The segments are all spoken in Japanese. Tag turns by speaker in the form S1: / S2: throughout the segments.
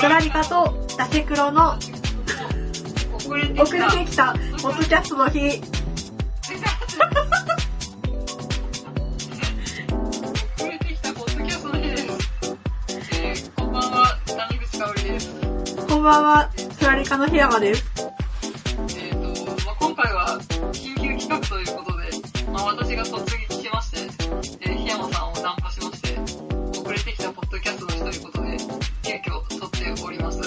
S1: ドラリカとダセクロの
S2: 遅れてき
S1: 遅れ
S2: た。
S1: てきたポッドキャストの日。
S2: 遅れてきたポッドキャストの日です。えー、こんばんは、谷口香織です。
S1: こんばんは、ドラリカの檜山です。
S2: えっ、と、まあ、今回は緊急企画ということで、まあ、私が突撃しまして、えー、檜山さんをナンパしまして、遅れてきたポッドキャストの日ということで、急遽撮っております。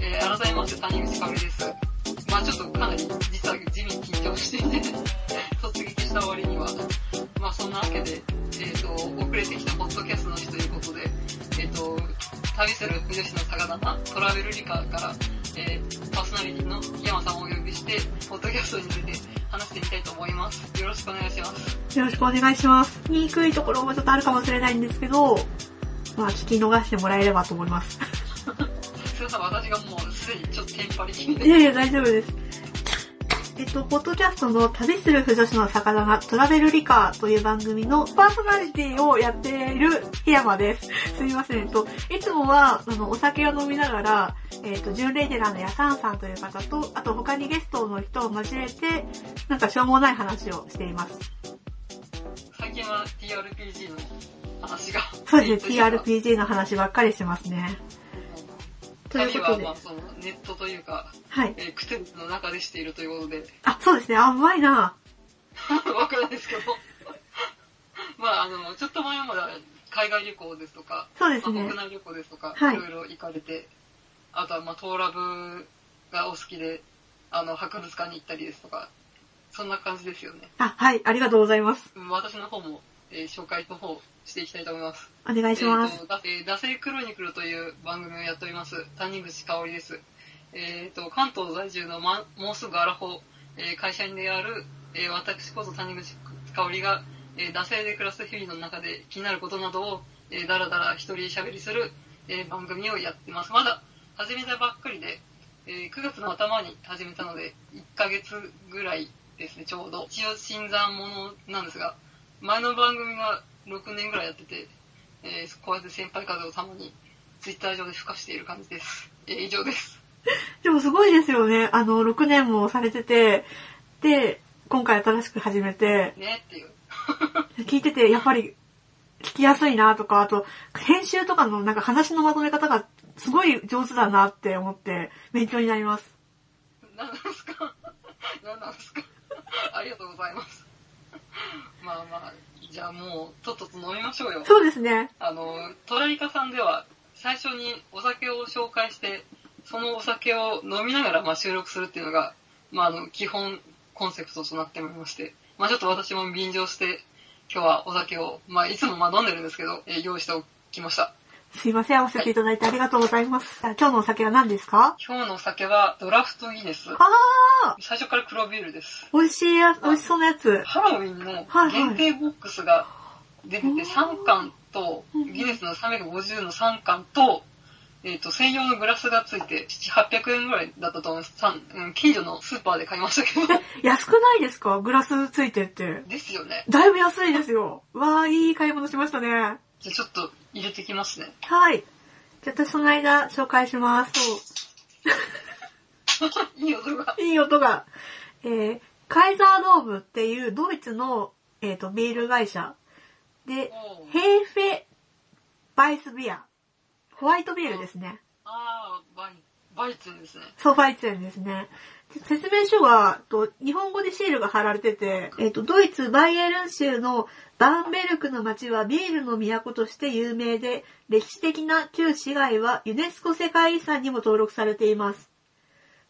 S2: えー、改めまして谷口かおりです。まあちょっとかなり実は地味に緊張していて、突撃した割には、まあそんなわけで、えっ、と、遅れてきたポッドキャストの日ということで、えっ、と、旅する女子の魚なトラベルリカから、えー、パーソナリティの檜山さんをお呼びして、ポッドキャストについて話してみたいと思います。よろしくお願いします。
S1: よろしくお願いします。言いにくいところもちょっとあるかもしれないんですけど、まあ聞き逃してもらえればと思います。
S2: それとは私がもうすでにちょっとテンパり気味
S1: い
S2: で、
S1: やいや、大丈夫です。えっと、ポッドキャストの旅する不女子の魚がトラベルリカーという番組のパーソナリティをやっている檜山です。すみません。えっと、いつもは、あの、お酒を飲みながら、えっと、準レギュラーのヤサンさんという方と、あと他にゲストの人を交えて、なんかしょうもない話をしています。
S2: 最近は TRPG の話が。
S1: そうですね、
S2: えーと。
S1: TRPG の話ばっかりしてますね。という
S2: 旅
S1: こと
S2: は
S1: で
S2: まあ、そのネットというか、
S1: はい。
S2: えー、クテルの中でしているということで、
S1: あ、そうですね、あ、うまいな。
S2: わかるんですけど、 まああの、ちょっと前までは海外旅行ですとか、
S1: そうで
S2: まあ
S1: すね
S2: 国。内旅行ですとか、
S1: はい
S2: いろいろ行かれて、あとはまあ、トーラブがお好きで、あの、博物館に行ったりですとか、そんな感じですよね。
S1: あ、はい、ありがとうございます。
S2: うん私の方も、えー紹介の方していきたいと思います。
S1: お願いします
S2: え。ーと、だえー、ダセイクロニクルという番組をやっております、谷口香織です。えっ、と、関東在住の、ま、もうすぐアラフォー、えー会社員である、えー私こそ谷口香織が、えー、ダセイで暮らす日々の中で気になることなどを、えー、だらだら一人喋りする、えー番組をやってます。まだ始めたばっかりで、えー9月の頭に始めたので、1ヶ月ぐらいですね、ちょうど。一応新参者なんですが、前の番組が6年ぐらいやってて、えーこうやって先輩風をたまに、ツイッター上で付加している感じです。えー以上です。
S1: でもすごいですよね。あの、6年もされてて、で、今回新しく始めて、
S2: ねっていう。
S1: 聞いてて、やっぱり、聞きやすいなとか、あと、編集とかのなんか話のまとめ方がすごい上手だなって思って、勉強になります。
S2: 何なんですか 何なんですか ありがとうございます。 まあまあ、じゃあもう、とっとと飲みましょうよ。
S1: そうですね。
S2: あの、トラリカさんでは、最初にお酒を紹介して、そのお酒を飲みながら、まあ、収録するっていうのが、まあ、あの、基本コンセプトとなっておりまして、まあ、ちょっと私も便乗して、今日はお酒を、まあ、いつもまあ飲んでるんですけど、えー用意しておきました。
S1: すいません、合わせていただいてありがとうございます。じゃあ今日のお酒は何ですか
S2: 今日のお酒は、ドラフトギネス。
S1: あ
S2: 最初から黒ビールです。
S1: ー美味しいや、美味しそうなやつ。
S2: ハロウィンの限定ボックスが出てて、
S1: はいはい
S2: 3巻と、ギネスの350の3巻と、えっ、と、専用のグラスがついて、7、800円ぐらいだったと思います。さんうん、近所のスーパーで買いましたけ ど。
S1: 安くないですかグラスついてって。
S2: ですよね。
S1: だいぶ安いですよ。わー、いい買い物しましたね。
S2: じゃあちょっと入れてきますね。
S1: はい。じゃあ私その間紹介します。
S2: いい音が。
S1: いい音が。えー、カイザードームっていうドイツの、えー、とビール会社で、
S2: おー
S1: ヘーフェバイスビア。ホワイトビールですね。
S2: あー、バイ、バイツンですね。
S1: ソファイツェンですね。で説明書が、と日本語でシールが貼られてて、えっ、と、ドイツバイエルン州のバーンベルクの街はビールの都として有名で、歴史的な旧市街はユネスコ世界遺産にも登録されています。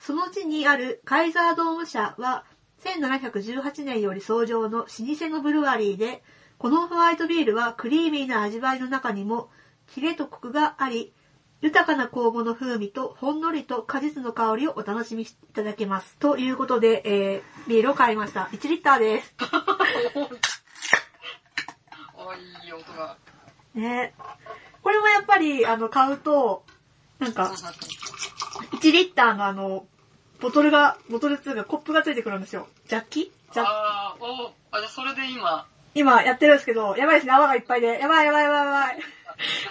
S1: その地にあるカイザードーム社は、1718年より創業の老舗のブルワリーで、このホワイトビールはクリーミーな味わいの中にも、キレとコクがあり、豊かな酵母の風味とほんのりと果実の香りをお楽しみいただけます。ということで、えー、ビールを買いました。1リッターです。
S2: おー、いい音が。
S1: ねこれもやっぱり、あの、買うと、なんか、1リッターのあの、ボトルが、ボトル2がコップがついてくるんですよ。ジャッキジャッキ
S2: あー、おー、あ、じゃあそれで今、
S1: 今やってるんですけど、やばいですね、泡がいっぱいで。やばいやばいやばいやばい。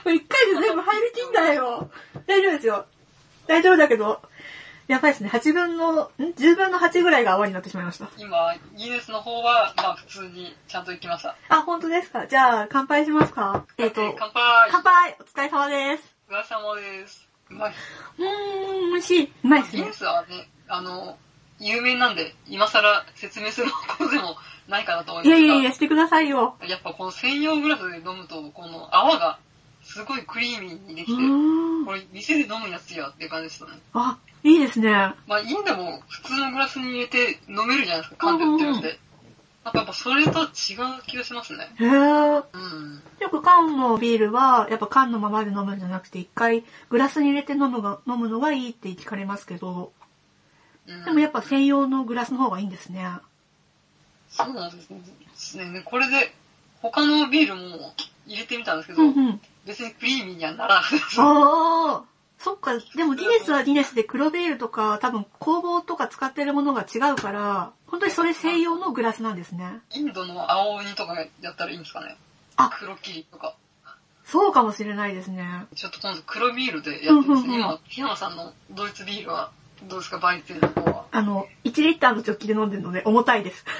S1: これ一回で全部入りきんだよ。大丈夫ですよ。大丈夫だけど、やばいですね。8分の、ん ?10 分の8ぐらいが泡になってしまいました。
S2: 今、イギリスの方は、まあ普通にちゃんと行きました。
S1: あ、本当ですかじゃあ、乾杯しますかえっ、と、
S2: 乾杯
S1: 乾杯お疲れ様です。
S2: お疲れ様です。うまい。
S1: うーん、美味しい。うまいです
S2: イギ
S1: ね
S2: リ。スはね、あの、有名なんで、今更説明することでもないかなと思い
S1: い
S2: ま
S1: や
S2: す
S1: い
S2: が
S1: やいや、してくださいよ。
S2: やっぱこの専用グラスで飲むと、この泡がすごいクリーミーにでき
S1: う
S2: て、
S1: ーん。
S2: これ店で飲むやつやっていう感じでしたね。
S1: あ、いいですね。
S2: まあ、インドも普通のグラスに入れて飲めるじゃないですか、缶で売ってるんで。なんかやっぱそれとは違う気がしますね。
S1: へー。
S2: うん。
S1: よく缶のビールは、やっぱ缶のままで飲むんじゃなくて、一回グラスに入れて飲むが、飲むのがいいって聞かれますけど、
S2: うん、
S1: でもやっぱ専用のグラスの方がいいんですね。
S2: そうなんですねですね。これで他のビールも入れてみたんですけど、
S1: うんうん。
S2: 別にクリーミーにはならないです。
S1: ああ、そっか。でもギネスはギネスで黒ビールとか、多分工房とか使ってるものが違うから、本当にそれ専用のグラスなんですね。
S2: インドの青鬼とかやったらいいんですかね。
S1: あ
S2: 黒キリとか。
S1: そうかもしれないですね。
S2: ちょっと今度黒ビールでやってます、
S1: うんうんうん
S2: 今、檜山さんのドイツビールはどうですか、バイテンの方は。
S1: あの、1リッターのジョッキで飲んでるので重たいです。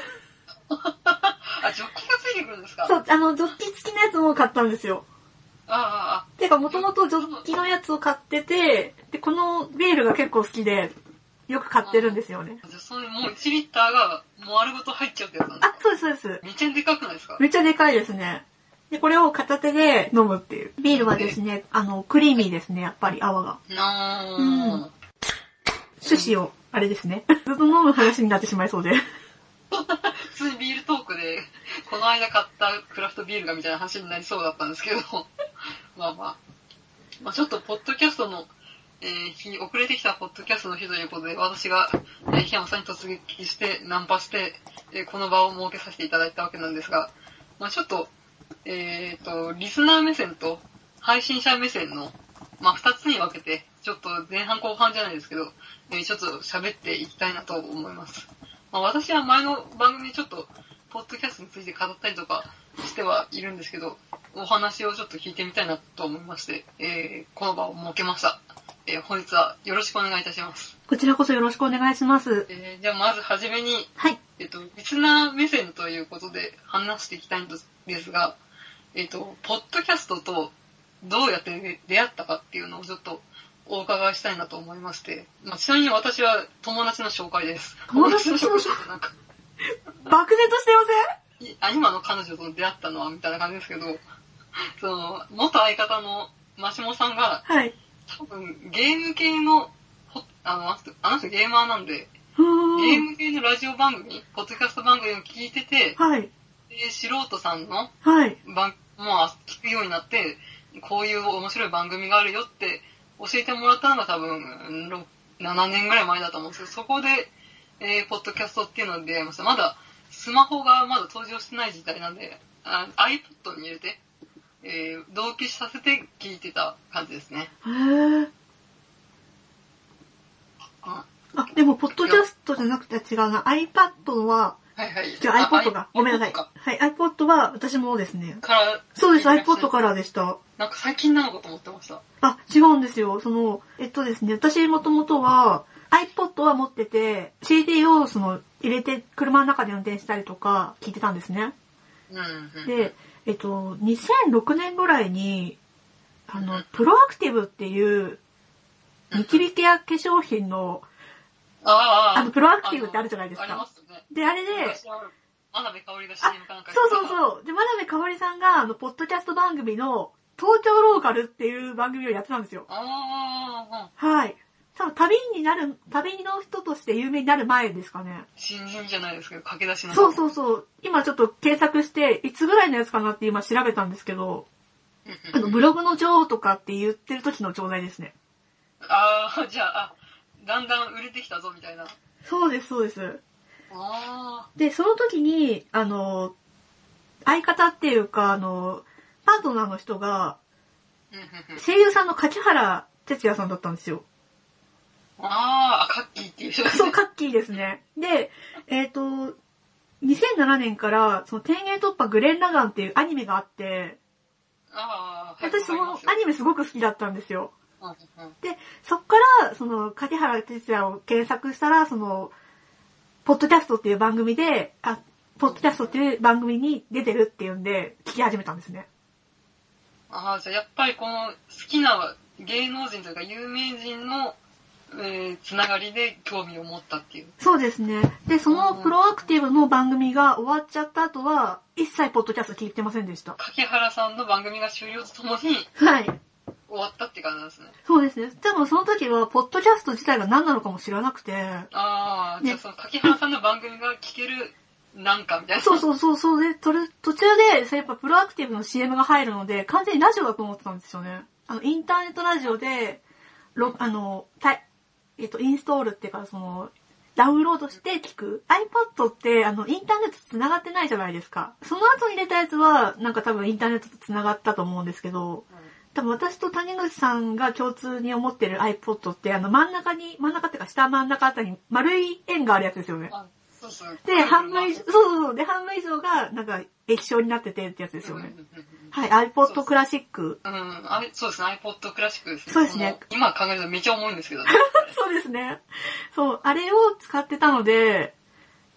S2: あ、ジョッキがついてくるんですか
S1: そう、あの、ジョッキ付きのやつも買ったんですよ。
S2: あ
S1: てか、もともとジョッキのやつを買ってて、で、このビールが結構好きで、よく買ってるんですよね
S2: あ、あ。あ。じゃあ、それもう1リッターが丸ごと入っちゃうってやつなんです
S1: あ
S2: か、
S1: そうです、そうです。
S2: めっちゃでかくないですか
S1: めっちゃでかいですね。で、これを片手で飲むっていう。ビールはですね、あの、クリーミーですね、やっぱり泡が。
S2: なー、
S1: うん趣旨を、あれですね。ずっと飲む話になってしまいそうで。
S2: 普通にビールトークで、この間買ったクラフトビールがみたいな話になりそうだったんですけど、 まあまあ。まあちょっと、ポッドキャストの、えー日、遅れてきたポッドキャストの日ということで、私が、えー、檜山さんに突撃して、ナンパして、えーこの場を設けさせていただいたわけなんですが、まあちょっと、えーと、リスナー目線と配信者目線の、まあ二つに分けて、ちょっと前半後半じゃないですけど、えーちょっと喋っていきたいなと思います。まあ、私は前の番組でちょっと、ポッドキャストについて語ったりとかしてはいるんですけど、お話をちょっと聞いてみたいなと思いまして、えーこの場を設けました。えー本日はよろしくお願いいたします。
S1: こちらこそよろしくお願いします。
S2: えーじゃあまずはじめに、
S1: はい。
S2: えっ、と、リスナー目線ということで話していきたいんですが、えっ、と、ポッドキャストとどうやって出会ったかっていうのをちょっとお伺いしたいなと思いまして、まあ、ちなみに私は友達の紹介です。
S1: 友達の紹介
S2: 友って なんか
S1: 漠然として
S2: いあ今の彼女と出会ったのはみたいな感じですけど、 その、元相方のマシモさんが、
S1: ませんはい。
S2: 多分ゲーム系の、ほあのあの人、あの人ゲーマーなんで、
S1: う
S2: ゲー
S1: ーん。
S2: ム系のラジオ番組、ポッドキャスト番組を聞いてて、
S1: はい。
S2: で素人さんの
S1: はい。
S2: 番もう聞くようになって、こういう面白い番組があるよって教えてもらったのが多分、ろ7年ぐらい前だと思うんですけど、そこで、えーポッドキャストっていうのに出会いました。まだ、スマホがまだ登場してない時代なんで、あ iPod に入れて、えー同期させて聞いてた感じですね。
S1: へー。
S2: うんは
S1: あ、でも、ポッドキャストじゃなくて違うな。iPad は、
S2: いはい。
S1: じゃあ iPod が
S2: あ。
S1: ごめんなさい。
S2: iPod か
S1: はい、iPod は私もですね。
S2: から、
S1: そうです、iPod からでした。
S2: なんか最近なのかと思ってました。
S1: あ、違うんですよ。その、えっとですね、私もともとは、iPod は持ってて、CD をその、入れて、車の中で運転したりとか、聞いてたんですね。
S2: うんうん。
S1: で、えっと、2006年ぐらいに、あの、プロアクティブっていう、ニキビケア化粧品の、
S2: あーあー、
S1: あの、プロアクティブってあるじゃないです
S2: ありま
S1: か。
S2: すよね。
S1: で、あれで、
S2: 昔は真鍋かおりが CM かなんか
S1: そうそうそう。で、真鍋かおりさんが、あの、ポッドキャスト番組の、東京ローカルっていう番組をやってたんですよ。
S2: ああ、
S1: はい。多分旅になる、旅の人として有名になる前ですかね。
S2: 新人じゃないですけど、駆け出しの。
S1: そうそうそう。今ちょっと検索して、いつぐらいのやつかなって今調べたんですけど、
S2: うん
S1: あ
S2: うん。
S1: の、ブログの女王とかって言ってる時の状態ですね。
S2: ああ、じゃあ、あだんだん売れてきたぞ、みたいな。
S1: そうです、そうです。
S2: あ
S1: で、その時に、あの、相方っていうか、あの、パートナーの人が、
S2: ーうんうんうん
S1: 声優さんの柿原哲也さんだったんですよ。
S2: あーあ、カッキーっていう人です
S1: そう、
S2: ね。
S1: カッキーですね。で、えっ、と、2007年から、その、天元突破グレン・ラガンっていうアニメがあって、
S2: ああ、はい
S1: 私その
S2: わ
S1: ア
S2: かりますよ
S1: ニメすごく好きだったんですよ。
S2: うんうん
S1: で、そっから、その、柿原哲也を検索したら、その、ポッドキャストっていう番組で、あ、ポッドキャストっていう番組に出てるっていうんで、聞き始めたんですね。
S2: ああ、じゃあやっぱりこの好きな芸能人というか有名人の、えーつながりで興味を持ったっていう。
S1: そうですね。で、そのプロアクティブの番組が終わっちゃった後は、一切ポッドキャスト聞いてませんでした。
S2: 柿原さんの番組が終了とともに
S1: はい。
S2: 終わったって感じなんですね。
S1: そうですね。多分その時は、ポッドキャスト自体が何なのかも知らなくて、
S2: ああ、じゃあ
S1: ね
S2: その柿原さんの番組が聞けるなんかみたいな。
S1: そうそうそうそうで、とる途中で、そうやっぱプロアクティブの CM が入るので、完全にラジオだと思ってたんですよね。あの、インターネットラジオで、ろあの、たえっと、インストールっていうか、その、ダウンロードして聞く。iPad って、あの、インターネット繋がってないじゃないですか。その後に出たやつは、なんか多分インターネットと繋がったと思うんですけど、多分私と谷口さんが共通に思ってる iPod って、あの、真ん中に、真ん中っていうか下真ん中あたりに丸い円があるやつですよね。
S2: あそうそう。
S1: で、半分以上、そうそうそう、で、半分以上が、なんか、液晶になっててってやつですよね
S2: う。んうんうんうん
S1: はい、iPod クラシック。
S2: うん、あれ、そうですね、iPod クラシックですね。
S1: そうですね
S2: も。今考えるとめちゃ重いんです けどね。
S1: そうですね。そう、あれを使ってたので、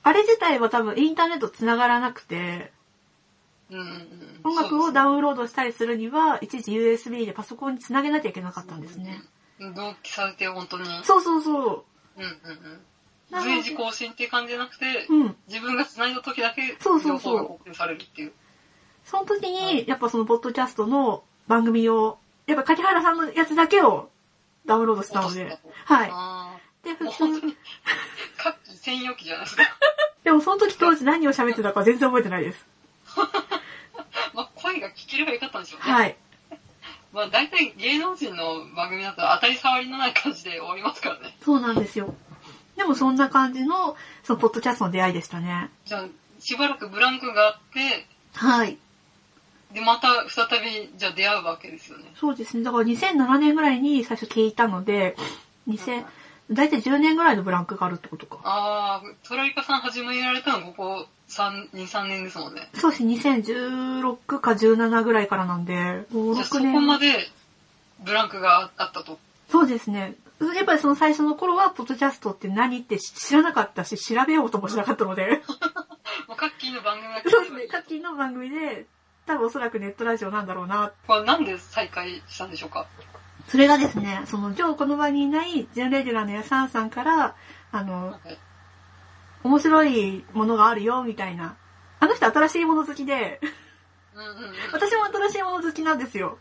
S1: あれ自体は多分インターネット繋がらなくて、
S2: うんうんうん。
S1: 音楽を
S2: ウ
S1: ダウンロードしたりするには、いちいち USB でパソコンに繋げなきゃいけなかったんですね。。
S2: うん同期されて本当に。
S1: そうそうそ
S2: うんうんうん。
S1: なので
S2: 随時更新っていう感じじゃなくて、
S1: う。うん。
S2: 自分が繋いだ時だけ
S1: そうそう
S2: 情
S1: そ
S2: 報
S1: う
S2: が更新されるっていう。
S1: その時
S2: は
S1: に、
S2: い
S1: やっぱそのポッドキャストの番組を、やっぱ柿原さんのやつだけをダウンロードしたの
S2: 落
S1: で
S2: としたと、
S1: はい。
S2: あ
S1: で、
S2: あ。もう
S1: 普
S2: 本
S1: 通
S2: 当、に、 各機専用機じゃないですか。
S1: でもその時当時何を喋ってたか全然覚えてないです。
S2: まあ、声が聞ければよかったんでしょうね。
S1: はい。
S2: まあ、大体芸能人の番組だと当たり障りのない感じで終わりますからね。
S1: そうなんですよ。でもそんな感じの、そのポッドキャストの出会いでしたね。
S2: じゃあ、しばらくブランクがあって、
S1: はい。
S2: で、また再び、じゃあ出会うわけですよね。
S1: そうですね。だから2007年ぐらいに最初聞いたので、2000、だいたい10年ぐらいのブランクがあるってことか。
S2: ああ、トラリカさん始められたのここ3、2、3年ですもんね。
S1: そうですね、2016か17ぐらいからなんで、5、
S2: じゃあそこ
S1: 6年。
S2: までブランクがあったと。
S1: そうですね。やっぱりその最初の頃は、ポッドキャストって何って知らなかったし、調べようともしなかったの で。
S2: まあ、カッキーの番組が
S1: そうですね。カッキーの番組で、多分おそらくネットラジオなんだろうな
S2: これなんで再開したんでしょうか
S1: それがですね、その今日この場にいない準レギュラーのやさんさんから、あの、
S2: はい
S1: 面白いものがあるよ、みたいな。あの人新しいもの好きで、
S2: うんうんうん。
S1: 私も新しいもの好きなんですよ。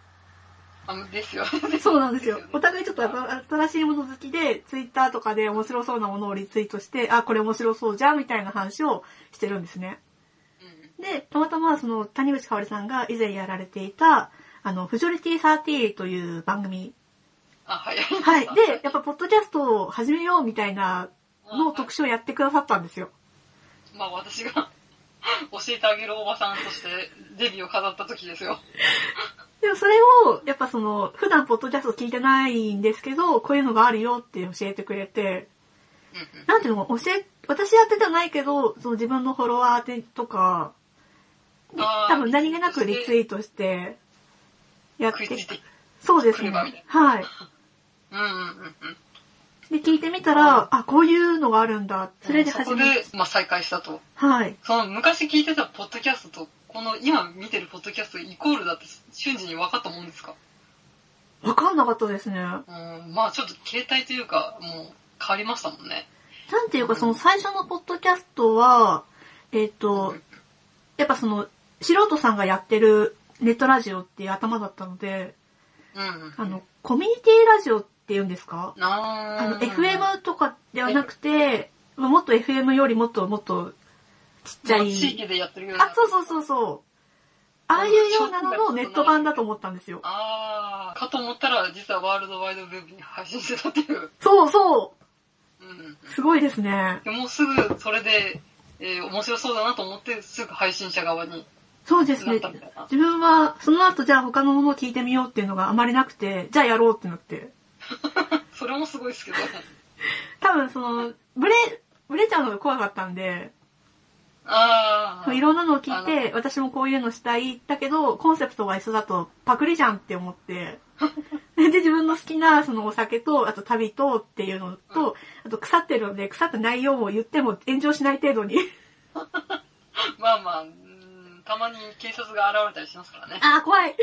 S2: あの、ですよ。
S1: そうなんですよ。お互いちょっとあ新しいもの好きで、ツイッターとかで面白そうなものをリツイートして、あ、これ面白そうじゃん、みたいな話をしてるんですね。
S2: うん
S1: で、たまたまその谷口香織さんが以前やられていた、あの、フジョリティ30という番組。
S2: あ、はい。
S1: はい。で、やっぱポッドキャストを始めようみたいなの特集をやってくださったんですよ。
S2: まあ私が 教えてあげるおばさんとしてデビューを飾った時ですよ。
S1: でもそれを、やっぱその、普段ポッドキャスト聞いてないんですけど、こういうのがあるよって教えてくれて、
S2: うんうん
S1: なんていうの、教え、私やってじゃないけど、その自分のフォロワーでとか、
S2: あー
S1: 多分何気なくリツイートして、やっ
S2: 食いつい
S1: て、
S2: て。
S1: そうです
S2: くれ
S1: ね
S2: ばみたい。
S1: はい。
S2: うんうんうんうん。
S1: で、聞いてみたら、あ、こういうのがあるんだ。それで
S2: そ
S1: 始
S2: こ
S1: め、
S2: で、まあ再開したと。
S1: はい。
S2: その昔聞いてたポッドキャストと、この今見てるポッドキャストイコールだって瞬時に分かったもんですか
S1: わかんなかったですね。
S2: うん、まあちょっと携帯というか、もう変わりましたもんね。
S1: なんていうか、その最初のポッドキャストは、えっ、と、やっぱその、素人さんがやってるネットラジオっていう頭だったので、
S2: うんうん。
S1: あの、コミュニティラジオって言うんですか
S2: な
S1: あの、FM とかではなくて、まあもっと FM よりもっともっとちっちゃい。
S2: 地域でやってるような。
S1: あ、そうそうそうそう。ああいうようなののネット版だと思ったんですよ。
S2: あーかと思ったら、実はワールドワイドウェブに配信してたっていう。
S1: そうそ
S2: うん。
S1: うすごいですね。
S2: でもうすぐそれで、えー面白そうだなと思って、すぐ配信者側に。
S1: そうですね。
S2: なったみたいな
S1: 自分は、その後じゃあ他のものを聞いてみようっていうのがあまりなくて、じゃあやろうってなって。
S2: それもすごいですけど。
S1: 多分その、ブレ、ブレちゃうのが怖かったんで、
S2: ああ。
S1: いろんなのを聞いて、 私もこういうのしたい、だけど、コンセプトが一緒だとパクリじゃんって思って、で、自分の好きなそのお酒と、あと旅とっていうのと、あと腐ってるので、腐ってないようを言っても炎上しない程度 に。
S2: まあまあ、うーんたまに警察が現れたりしますからね。
S1: あー、怖い。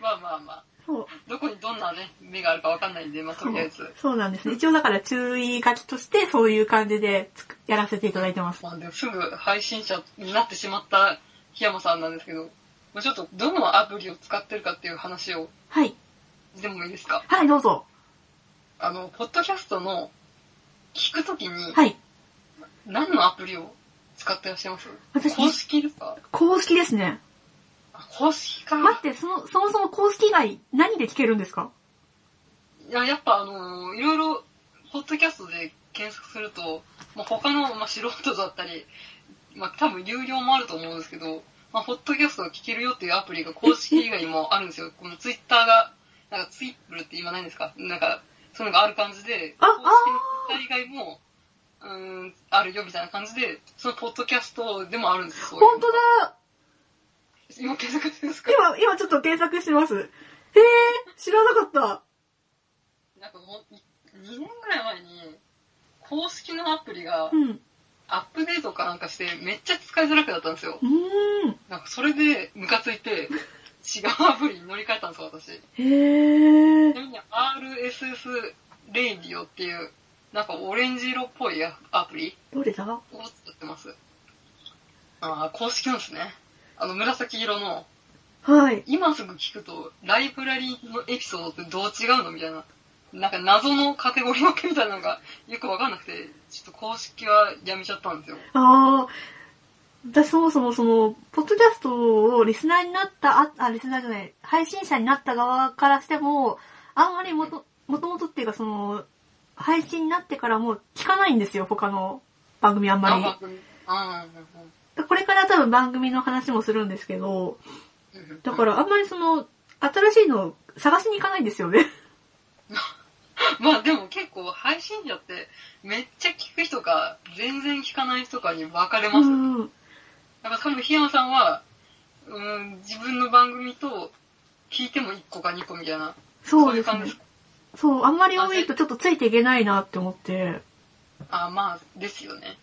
S2: まあまあまあ。
S1: そう。
S2: どこにどんなね、目があるかわかんないんで、まあとりあえず。
S1: そうなんですね。一応だから注意書きとして、そういう感じでつくやらせていただいてます。
S2: まあでもすぐ配信者になってしまった檜山さんなんですけど、まあちょっとどのアプリを使ってるかっていう話を、
S1: はい。
S2: でもいいですか
S1: はい、どうぞ。
S2: あの、ポッドキャストの聞くときに、
S1: はい。
S2: 何のアプリを使ってらっしゃいます
S1: 私
S2: 公式ですか
S1: 公式ですね。
S2: あ公式か。
S1: 待って、その、そもそも公式以外何で聞けるんですか
S2: いや、やっぱあのーいろいろ、ポッドキャストで検索すると、まあ、他の、まあ、素人だったり、まあ、多分有料もあると思うんですけど、まあ、ポッドキャストが聞けるよっていうアプリが公式以外にもあるんですよ。このツイッターが、なんかツイップルって言わないんですかなんか、そういうのがある感じで、
S1: あ
S2: 公
S1: あー
S2: 式のツイッター以外も、うーん、あるよみたいな感じで、そのポッドキャストでもあるんですよ。そういう
S1: 本当だ
S2: 今検索してるんですか
S1: 今、今ちょっと検索してます。へえー、知らなかった。
S2: なんかもう、い2年ぐらい前に、公式のアプリが
S1: う、ん。う
S2: アップデートかなんかして、めっちゃ使いづらくなったんですよ。
S1: ーん。
S2: なんかそれで、ムカついて、違うアプリに乗り換えたんですよ、私。ち
S1: へえ
S2: なみに RSS レイディオっていう、なんかオレンジ色っぽいやアプリ
S1: どれだは
S2: を使ってます。ああ、公式なんですね。あの、紫色の、
S1: い。
S2: 今すぐ聞くと、ライブラリーのエピソードってどう違うのみたいな。なんか謎のカテゴリー分けみたいなのがよくわかんなくて、ちょっと公式はやめちゃったんですよ。
S1: ああ、私そもそもその、ポッドキャストをリスナーになった、あ、あリスナーじゃない、配信者になった側からしても、あんまりもと、もともとっていうかその、配信になってからもう聞かないんですよ、他の番組あん
S2: あ、
S1: ま
S2: まあ、うん、、
S1: り。これから多分番組の話もするんですけど、だかららあんまりその、新しいのを探しに行かないんですよね。
S2: まあでも結構配信者ってめっちゃ聞く人か全然聞かない人かに分かれ
S1: う
S2: ます。
S1: ん。
S2: だから多分檜山さんは、うん、自分の番組と聞いても1個か2個みたいな、
S1: そう
S2: い
S1: で
S2: う
S1: す
S2: 感じ
S1: ね。そう、あんまり多いとちょっとついていけないなって思って。
S2: あまあですよね。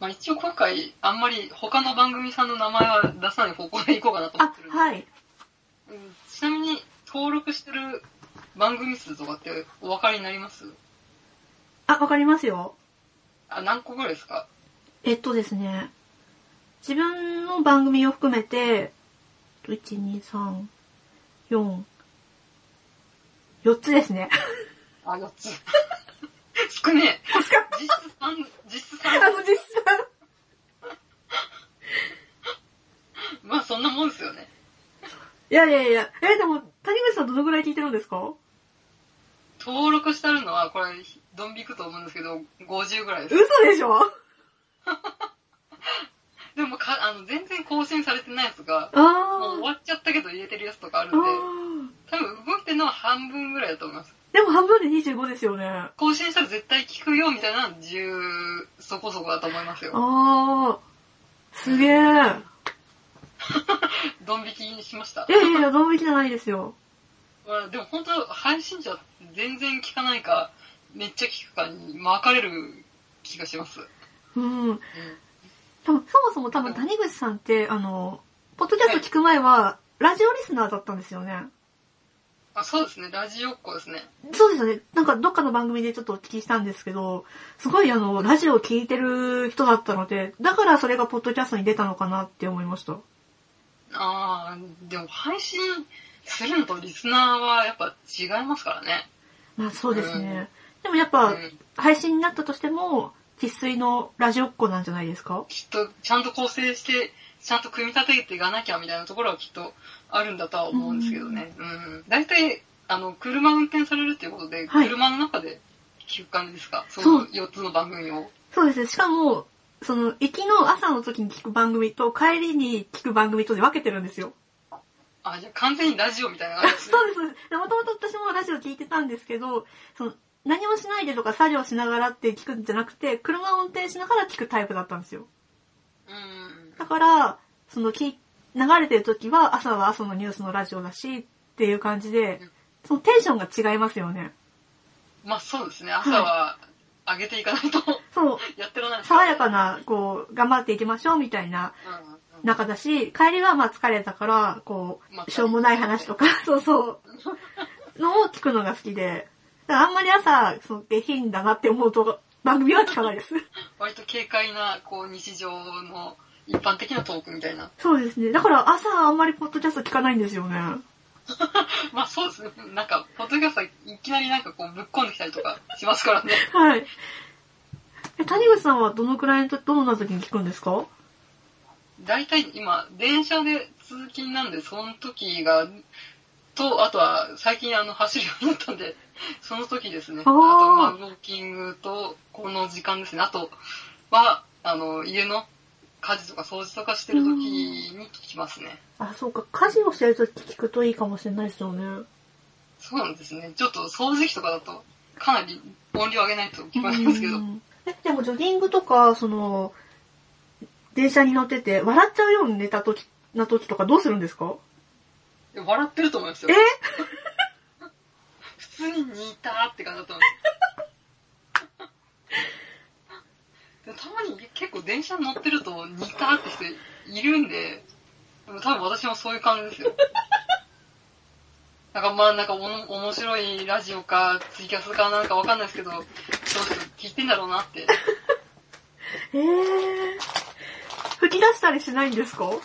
S2: まあ一応今回あんまり他の番組さんの名前は出さない方向でいこうかなと思っ
S1: あ
S2: てる、んで
S1: はい。
S2: うんちなみに登録してる番組数とかってお分かりになります
S1: あ、わかりますよ。
S2: あ、何個ぐらいですか
S1: えっとですね、自分の番組を含めて、1、2、3、4、4つですね。
S2: あ、4つ。 少ねえ。実質3、実質
S1: あ
S2: 3。
S1: の、実際。
S2: まあそんなもんですよね。
S1: いやいやいや、え、でも、谷口さんどのぐらい聞いてるんですか
S2: 登録してあるのは、これ、ドン引くと思うんですけど、50ぐらいです
S1: 嘘。でしょあ
S2: でもか、あの、全然更新されてないやつが、もう終
S1: あ
S2: わっちゃったけど入れてるやつとかあるん
S1: ー。
S2: で、
S1: あ
S2: 多分動いてるのは半分ぐらいだと思います。
S1: ーでも半分で25ですよね。あ
S2: 更新したら絶対聞くよみたいなのは10そこそこだと思いますよ。
S1: あー。すげえ。いや
S2: ドン引きにしました。
S1: いやいや、ドン引きじゃないですよ。
S2: まあ、でも本当、配信者全然聞かないか、めっちゃ聞くかに分かれる気がします。
S1: うん。
S2: うん
S1: 多分、そもそも多分谷口さんって、あの、ポッドキャスト聞く前は、ラジオリスナーだったんですよね。
S2: あ、そうですね、ラジオっ子ですね。
S1: そうですよね。なんかどっかの番組でちょっとお聞きしたんですけど、すごいあの、ラジオを聞いてる人だったので、だからそれがポッドキャストに出たのかなって思いました。
S2: ああ、でも配信するのとリスナーはやっぱ違いますからね。
S1: まあそうですね。でもやっぱ
S2: う、ん、
S1: 配信になったとしても、喫水のラジオっ子なんじゃないですか
S2: きっとちゃんと構成して、ちゃんと組み立てていかなきゃみたいなところはきっとあるんだとは思うんですけどね。うん。大、体、あの、車運転されるっていうことで、
S1: はい
S2: 車の中で聞く感じですかそ
S1: そう
S2: の4つの番組を。
S1: そうですね。しかも、その、行きの朝の時に聞く番組と、帰りに聞く番組とで分けてるんですよ。
S2: あ、じゃあ完全にラジオみたいな感じですね
S1: そうです、そうです。もともと私もラジオ聞いてたんですけど、その、何もしないでとか作業しながらって聞くんじゃなくて、車を運転しながら聞くタイプだったんですよ。
S2: うん。
S1: だから、その、聞い流れてる時は、朝は朝のニュースのラジオだし、っていう感じで
S2: うん、
S1: そのテンションが違いますよね。
S2: まあそうですね、朝は上げていかないと
S1: そう、
S2: やってられないです
S1: 爽やかな、こう、頑張っていきましょうみたいな
S2: うんうんうん
S1: 中だし、帰りはまあ疲れたから、こ
S2: まあ
S1: う、しょうもない話とか、 そうそう、のを聞くのが好きで、だからあんまり朝、その下品だなって思うと、番組は聞かないです。
S2: 割と軽快な、こう、日常の一般的なトークみたいな。
S1: そうですね。だから朝あんまりポッドキャスト聞かないんですよね。
S2: まあそうですね。なんか、ポッドキャストいきなりなんかこうぶっ込んできたりとかしますからね。
S1: はい。え、谷口さんはどのくらいの時、どんな時に聞くんですか
S2: 大体今、電車で通勤なんで、その時が、と、あとは最近あの走るようになったんで、 その時ですね。あ
S1: あ
S2: と、
S1: ー
S2: まあ、ウォーキングと、この時間ですね。あとは、あの、家の家事とか掃除とかしてる時に聞きますね。
S1: あ、そうか。家事をしてる時聞くといいかもしれないですよね。
S2: そうなんですね。ちょっと掃除機とかだと、かなり音量上げないと聞こえないんですけど
S1: う。んえ、でもジョギングとか、その、電車に乗ってて、笑っちゃうように寝た時、な時とかどうするんですか
S2: いや笑ってると思いますよ
S1: え。
S2: 普通に似たって感じだと思う。でもたまに結構電車に乗ってると似たって人いるんで、でも多分私もそういう感じですよ。なんかまあなんかおも面白いラジオかツイキャスかなんかわかんないですけど、そう聞いてんだろうなって。
S1: えー。吹き出したりしないんですか
S2: 聞き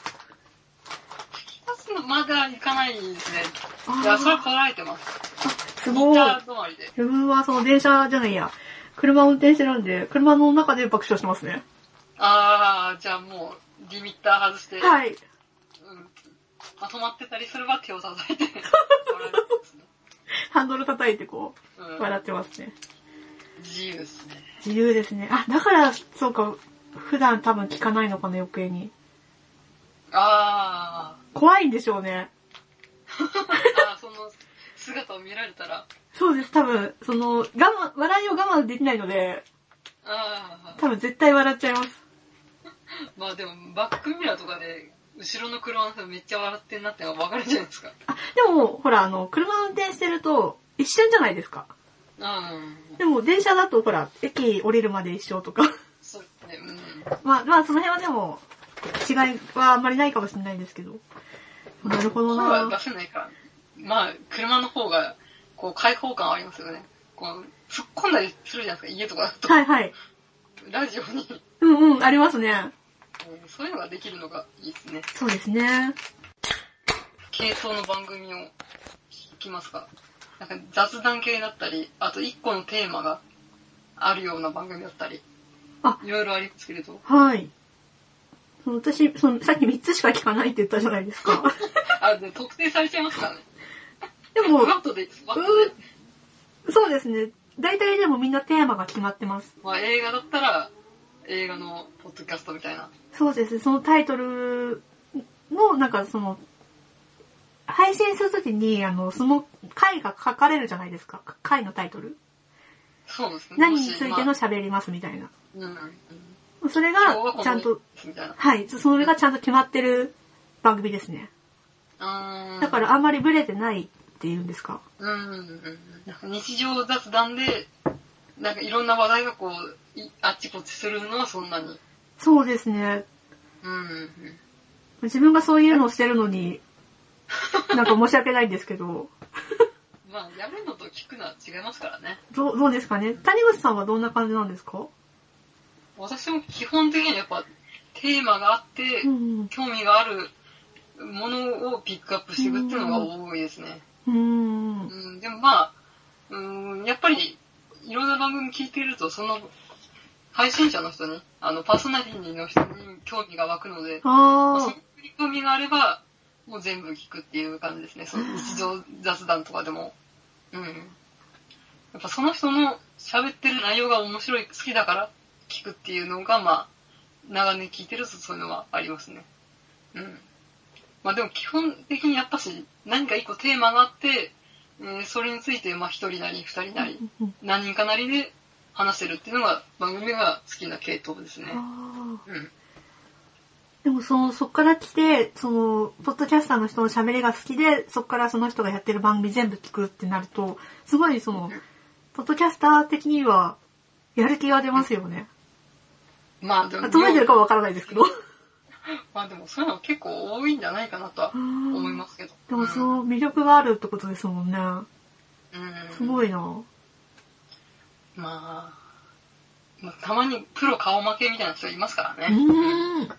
S2: 出すのまだ行かないですね。
S1: あ
S2: いや、それは
S1: ー
S2: こられてます。
S1: す
S2: 似
S1: ごい。
S2: た止まりで。
S1: 自分はその電車じゃないや。車を運転してるんで、車の中で爆笑してますね。
S2: あー、じゃあもう、リミッター外して、
S1: はい。
S2: うん。まとまってたりすれば手を叩いて、笑うですね
S1: ハンドル叩いてこう、
S2: う
S1: 笑ってますね。
S2: ん。自由ですね。
S1: 自由ですね。あ、だから、そうか、普段多分聞かないのかな、余計に。
S2: あ
S1: 怖いんでしょうね。
S2: ー、あーその姿を見られたら、
S1: そうです、多分、その、我慢、笑いを我慢できないので、
S2: あ
S1: 多分絶対笑っちゃいます。
S2: ー、まあでも、バックミラーとかで、後ろの車の人めっちゃ笑ってんなってのがわかるじゃないですか。
S1: あ、でも、ほら、あの、車運転してると、一瞬じゃないですか。
S2: うん。
S1: でも、電車だと、ほら、駅降りるまで一緒とか。
S2: そうですね、うん。
S1: まあ、まあ、その辺はでも、違いはあんまりないかもしれないんですけど。なるほど
S2: 声は出
S1: な
S2: せないから、まあ、車の方が、こう、開放感ありますよね。こう、突っ込んだりするじゃないですか、家とかだと。
S1: はいはい。
S2: ラジオに、
S1: うんうん、ありますね。
S2: うんそういうのができるのがいいですね。
S1: そうですね。
S2: 系統の番組を聞きますかなんか雑談系だったり、あと一個のテーマがあるような番組だったり、
S1: あ
S2: いろいろありますけれど。
S1: はい。その私、その、さっき3つしか聞かないって言ったじゃないです か。
S2: あ、で特定されちゃいますからね。
S1: でも
S2: ふ、わっとで、ふわっとで。
S1: そうですね。大体でもみんなテーマが決まってます。
S2: まあ映画だったら、映画のポッドキャストみたいな。
S1: そうですね。そのタイトルの、なんかその、配信するときに、あの、その回が書かれるじゃないですか。回のタイトル。
S2: そうですね。
S1: 何
S2: も
S1: に
S2: し
S1: ついての喋りますみたいな。
S2: まあうんうん。
S1: それ
S2: 今日はこ
S1: が、
S2: の
S1: ちゃんと、、
S2: みたいな。
S1: はい。それがちゃんと決まってる番組ですね。
S2: あー
S1: だからあんまりブレてないっていうんですか。
S2: うんうんうん日常雑談で、なんかいろんな話題がこう、いあっちこっちするのはそんなに。
S1: そうですね。
S2: うんうんうん。
S1: 自分がそういうのをしてるのに、なんか申し訳ないんですけど、
S2: まあ、やるのと聞くのは違いますからね。
S1: どう、どうですかね谷口さんはどんな感じなんですか
S2: 私も基本的にはやっぱ、テーマがあって、
S1: うん。う
S2: 興味があるものをピックアップしていくっていうのが多いですね。
S1: ーん
S2: う。ん、でもまあ、うん、やっぱり、いろんな番組聞いてると、その、配信者の人に、あの、パーソナリティの人に興味が湧くので、まあ、そ
S1: あ
S2: こに興味があれば、もう全部聞くっていう感じですね。その日常雑談とかでも。うん。やっぱその人の喋ってる内容が面白い、好きだから聞くっていうのが、まあ、長年聞いてるとそういうのはありますね。うん。まあでも基本的にやっぱし、何か一個テーマがあって、えーそれについて、まあ一人なり二人なり、
S1: ー
S2: 何人かなりで話してるっていうのが番組が好きな系統ですね。
S1: あー。
S2: うん。
S1: でもその、そっから来て、その、ポッドキャスターの人の喋りが好きで、そっからその人がやってる番組全部聞くってなると、すごいその、ポッドキャスター的には、やる気が出ますよね。
S2: まあでも、
S1: 届いてるかはわからないですけど。
S2: まあでもそういうの結構多いんじゃないかなとは思いますけど。
S1: でもそ
S2: うん、
S1: の魅力があるってことですもんね。す
S2: い。
S1: ごいな
S2: まあ、まあ、たまにプロ顔負けみたいな人いますから
S1: う
S2: ね。
S1: ん。
S2: うんうんうん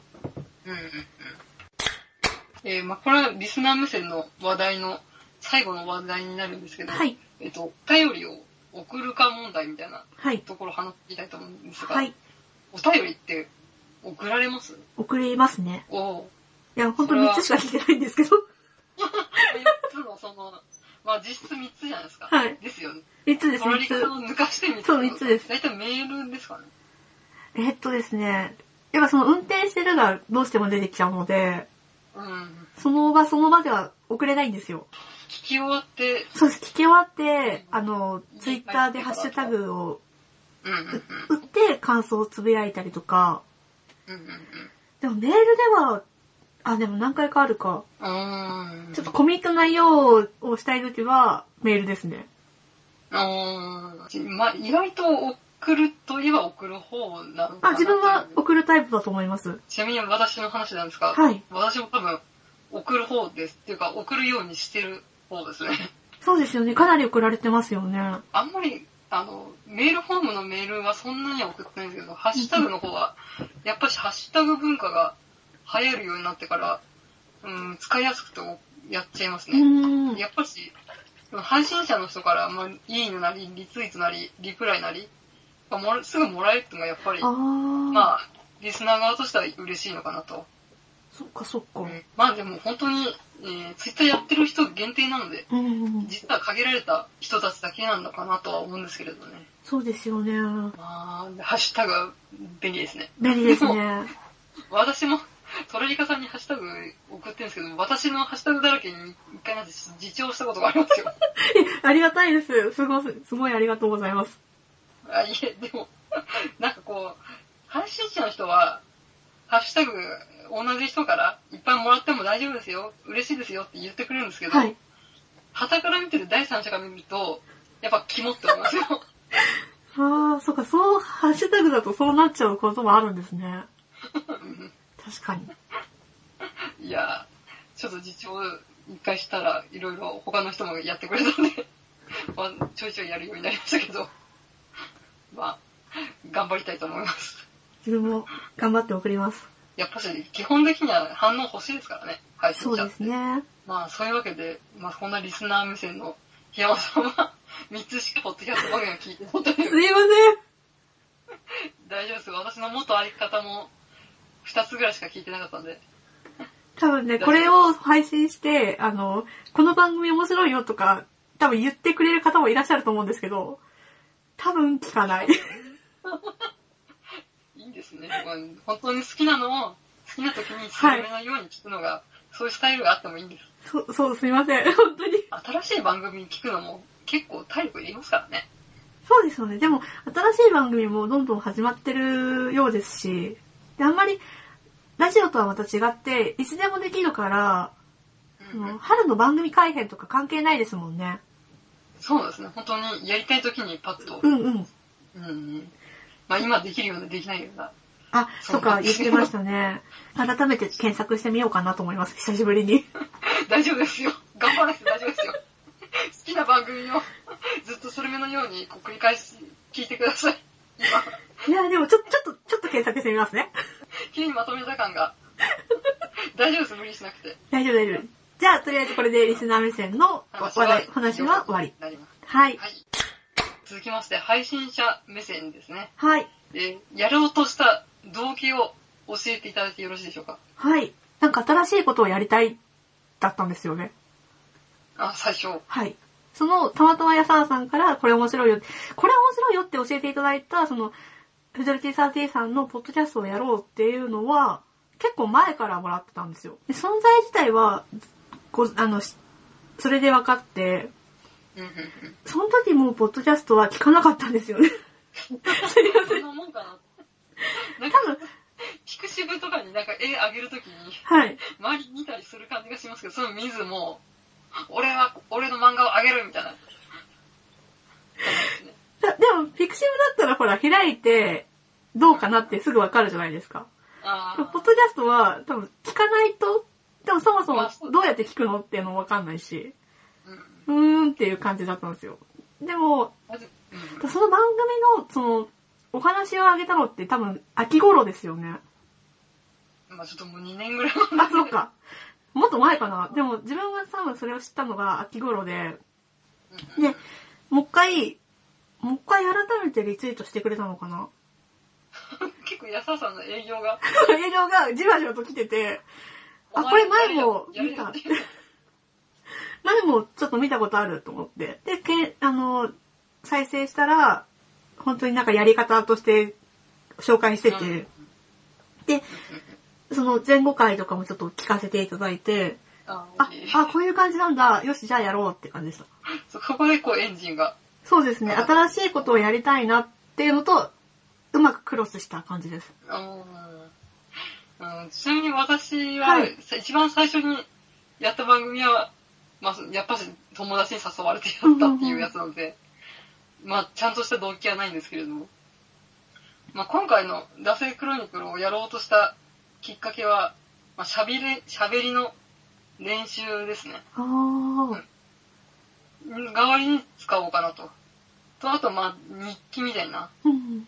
S2: えーまあ、これはリスナー目線の話題の最後の話題になるんですけど、
S1: はい。
S2: えっと、お便りを送るか問題みたいな
S1: はい。
S2: ところを話していきたいと思うんですが、
S1: はい。
S2: お便りって送られます
S1: 送りますね。
S2: お お。
S1: いや、ほんと3つしか聞いてないんですけど。
S2: 多分その、まあ実質3つじゃないですか。
S1: はい
S2: ですよね。
S1: 3つです、
S2: 取ら
S1: 3
S2: れ
S1: つ
S2: 方。を抜かして3つ。
S1: そう三つです
S2: 大体メールですかね。
S1: えっとですね。やっぱその運転してるがどうしても出てきちゃうので、
S2: うん。
S1: その場その場では送れないんですよ。
S2: 聞き終わって、
S1: そうです。聞き終わって、あの、ツイッターでハッシュタグを
S2: うんうんうん。
S1: 打って感想をつぶやいたりとか、
S2: うんうんうん。
S1: でもメールでは、あ、でも何回かあるか。
S2: うーん。
S1: ちょっとコミット内容をしたいときは、メールですね。
S2: あーまあ、意外と送るといえば送る方なのかな
S1: あ、自分は
S2: という
S1: 送るタイプだと思います。
S2: ちなみに私の話なんですが、
S1: はい
S2: 私も多分送る方です。っていうか、送るようにしてる方ですね。
S1: そうですよね。かなり送られてますよね。
S2: あんまり、あの、メールフォームのメールはそんなには送ってないんですけど、ハッシュタグの方は、やっぱしハッシュタグ文化が流行るようになってから、うん、使いやすくてやっちゃいます
S1: う
S2: ね。
S1: ーん。
S2: やっぱし、配信者の人から、まあ、いいねなり、リツイートなり、リプライなり、まあもらすぐもらえるってのがやっぱり、
S1: あー。
S2: まあ、リスナー側としては嬉しいのかなと。
S1: そっかそっか。
S2: まあでも本当に、えー、ツイッターやってる人限定なので、
S1: うん。
S2: 実は限られた人たちだけなんだかなとは思うんですけれどね。
S1: そうですよね。
S2: まあ、ハッシュタグは便利ですね。
S1: 便利です
S2: でも
S1: ね。
S2: 私も、 トラリカさんにハッシュタグ送ってるんですけど、私のハッシュタグだらけに一回なんて自重したことがありますよ。
S1: ありがたいです。すごい、すごいありがとうございます。
S2: あ、いえ、でも、なんかこう、配信者の人は、ハッシュタグ同じ人からいっぱいもらっても大丈夫ですよ、嬉しいですよって言ってくれるんですけど、
S1: はい。
S2: 旗から見てる第三者から見ると、やっぱ肝って思いますよ。
S1: ああ、そっか、そう、ハッシュタグだとそうなっちゃうこともあるんですね。確かに。
S2: いやー、ちょっと実況一回したら、いろいろ他の人もやってくれたんで、 まあ、ちょいちょいやるようになりましたけど、 まあ、頑張りたいと思います。
S1: 自分も頑張って送ります。
S2: やっぱし、基本的には反応欲しいですからね、配信
S1: そう
S2: 者
S1: で。すね。
S2: まあ、そういうわけで、まあ、こんなリスナー目線の 檜山さんは、3つ しかポッドキャスト番組を聞いてないとい
S1: すいう ません。
S2: 大丈夫です。私の元相方も、2つぐらいしか聞いてなかったんで、
S1: 多分ね、これを配信して、あの、この番組面白いよとか、多分言ってくれる方もいらっしゃると思うんですけど、多分聞かない。
S2: いいですね。まあ本当に好きなのを、好きな時に進めないように聞くのが、そういうスタイルがあってもいいんです。
S1: そう、そう、すいません。本当に。
S2: 新しい番組聞くのも結構体力いりますからね。
S1: そうですよね。でも、新しい番組もどんどん始まってるようですし、であんまり、ラジオとはまた違って、いつでもできるから、あ
S2: うん
S1: の春の番組改編とか関係ないですもんね。
S2: そうですね。本当にやりたい時にパッと。
S1: うんうん。
S2: うんうんまあ今できるようなできないような。
S1: あ、とか言ってましたね。改めて検索してみようかなと思います。久しぶり に。
S2: 大丈夫ですよ。頑張らなくて大丈夫ですよ。好きな番組をずっとそれめのようにこう繰り返し聞いてください。今、
S1: いや、でもちょ、ちょっと、ちょっと検索してみますね。
S2: 急にまとめた感が。大丈夫です、無理しなくて。
S1: 大丈夫大丈夫。じゃあ、とりあえずこれでリスナー目線の話題、話は終わり。
S2: なります。
S1: はい。
S2: はい。続きまして、配信者目線ですね。
S1: はい。
S2: えーやろうとした動機を教えていただいてよろしいでしょうか。
S1: はい。なんか新しいことをやりたい、だったんですよね。
S2: あ、最初。うん
S1: はい。その、たまたまやさんさんから、これ面白いよ、これ面白いよって教えていただいた、その、フジョリティサーティさんのポッドキャストをやろうっていうのは、結構前からもらってたんですよ。で存在自体は、こうあの、しそれで分かって、
S2: うんうん。
S1: その時もうポッドキャストは聞かなかったんですよね。すいません。
S2: そんなもんかな。なん
S1: 多
S2: か、
S1: 分、
S2: 菊しぶとかになんか絵あげるときに、
S1: はい。
S2: 周り見たりする感じがしますけど、その見ずも、俺は、俺の漫画をあげるみたいな。そうですね
S1: だでも、ピクシブだったらほら、開いて、どうかなってすぐわかるじゃないですか。
S2: あ
S1: ポッド
S2: ー
S1: キャストは、多分、聞かないと、でもそもそ
S2: ま
S1: も
S2: あそう
S1: どうやって聞くのっていうのもわかんないし、
S2: うん。
S1: うーんっていう感じだったんですよ。でも、
S2: まずうん
S1: その番組の、その、お話をあげたのって多分、秋頃です よね。
S2: まあちょっともう2年ぐらい
S1: あ、そうか。もっと前かな。でも、自分は多分それを知ったのが秋頃で、
S2: うん
S1: で、もう一回、もう一回改めてリツイートしてくれたのかな。
S2: 結構安田さんの営業が。
S1: 映像がじわじわと来てて、あ、これ前も
S2: やれよ
S1: 見た
S2: やれ。よって
S1: 前もちょっと見たことあると思って。で、けあの、再生したら、本当になんかやり方として紹介して
S2: うん
S1: て、で、その前後回とかもちょっと聞かせていただいて、
S2: あ
S1: あ、
S2: あ
S1: あ、こういう感じなんだ。よし、じゃあやろうって感じでした。
S2: そうここでこうエンジンが。
S1: そうですね。新しいことをやりたいなっていうのと、うまくクロスした感じです。
S2: うんうんちなみに私は、
S1: はい
S2: さ一番最初にやった番組は、まあ、やっぱし友達に誘われてやったっていうやつなので、まあ、ちゃんとした動機はないんですけれども、まあ、今回の「惰性クロニクル」をやろうとしたきっかけは、まあ、しゃべれしゃべりの練習ですね。
S1: あー。
S2: 代わりに使おうかなと。と、あと、まあ、日記みたいな
S1: うん。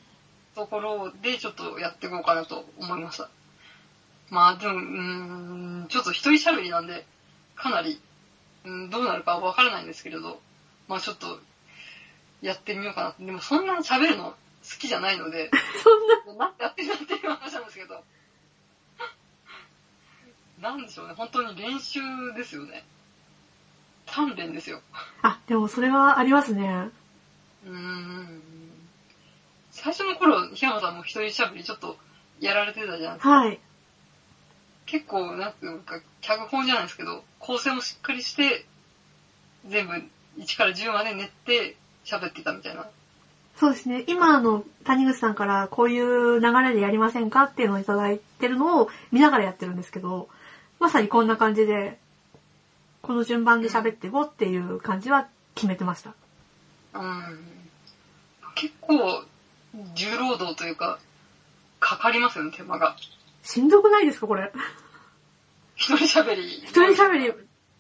S2: ところでちょっとやっていこうかなと思いました。まあでも、うーん、ちょっと一人喋りなんで、かなり、うん、どうなるかわからないんですけれど、まあちょっと、やってみようかな。でもそんな喋るの好きじゃないので、
S1: そんな、
S2: なやってみようっていう話なんですけど。 なんでしょうね、本当に練習ですよね。鍛錬ですよ。
S1: あ、でもそれはありますね。
S2: うーん最初の頃、檜山さんも一人喋りちょっとやられてたじゃん。
S1: はい。
S2: 結構、なんていうか、脚本じゃないですけど、構成もしっかりして、全部1から10まで練って喋ってたみたいな。
S1: そうですね。今、あの、谷口さんからこういう流れでやりませんかっていうのをいただいてるのを見ながらやってるんですけど、まさにこんな感じで、この順番で喋っていこうっていう感じは決めてました。
S2: うん。結構、重労働というか、かかりますよね、手間が。
S1: しんどくないですか、これ。
S2: 一人喋り。一
S1: 一人喋り。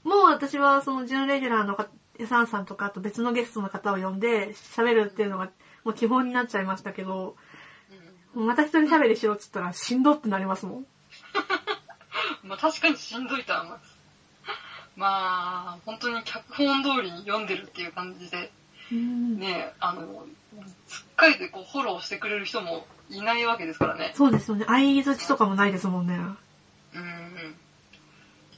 S1: もう私はその準レギュラーの方エサンさんとかあと別のゲストの方を呼んで喋るっていうのがもう基本になっちゃいましたけど、また一人喋りしろって言ったらしんどってなりますもん。
S2: まあ確かにしんどいとは思います。まあ、本当に脚本通りに読んでるっていう感じで、ねえ、あの、つっかえてこうフォローしてくれる人もいないわけですからね。
S1: そうですよね。相づちとかもないですもんね。
S2: うんうん。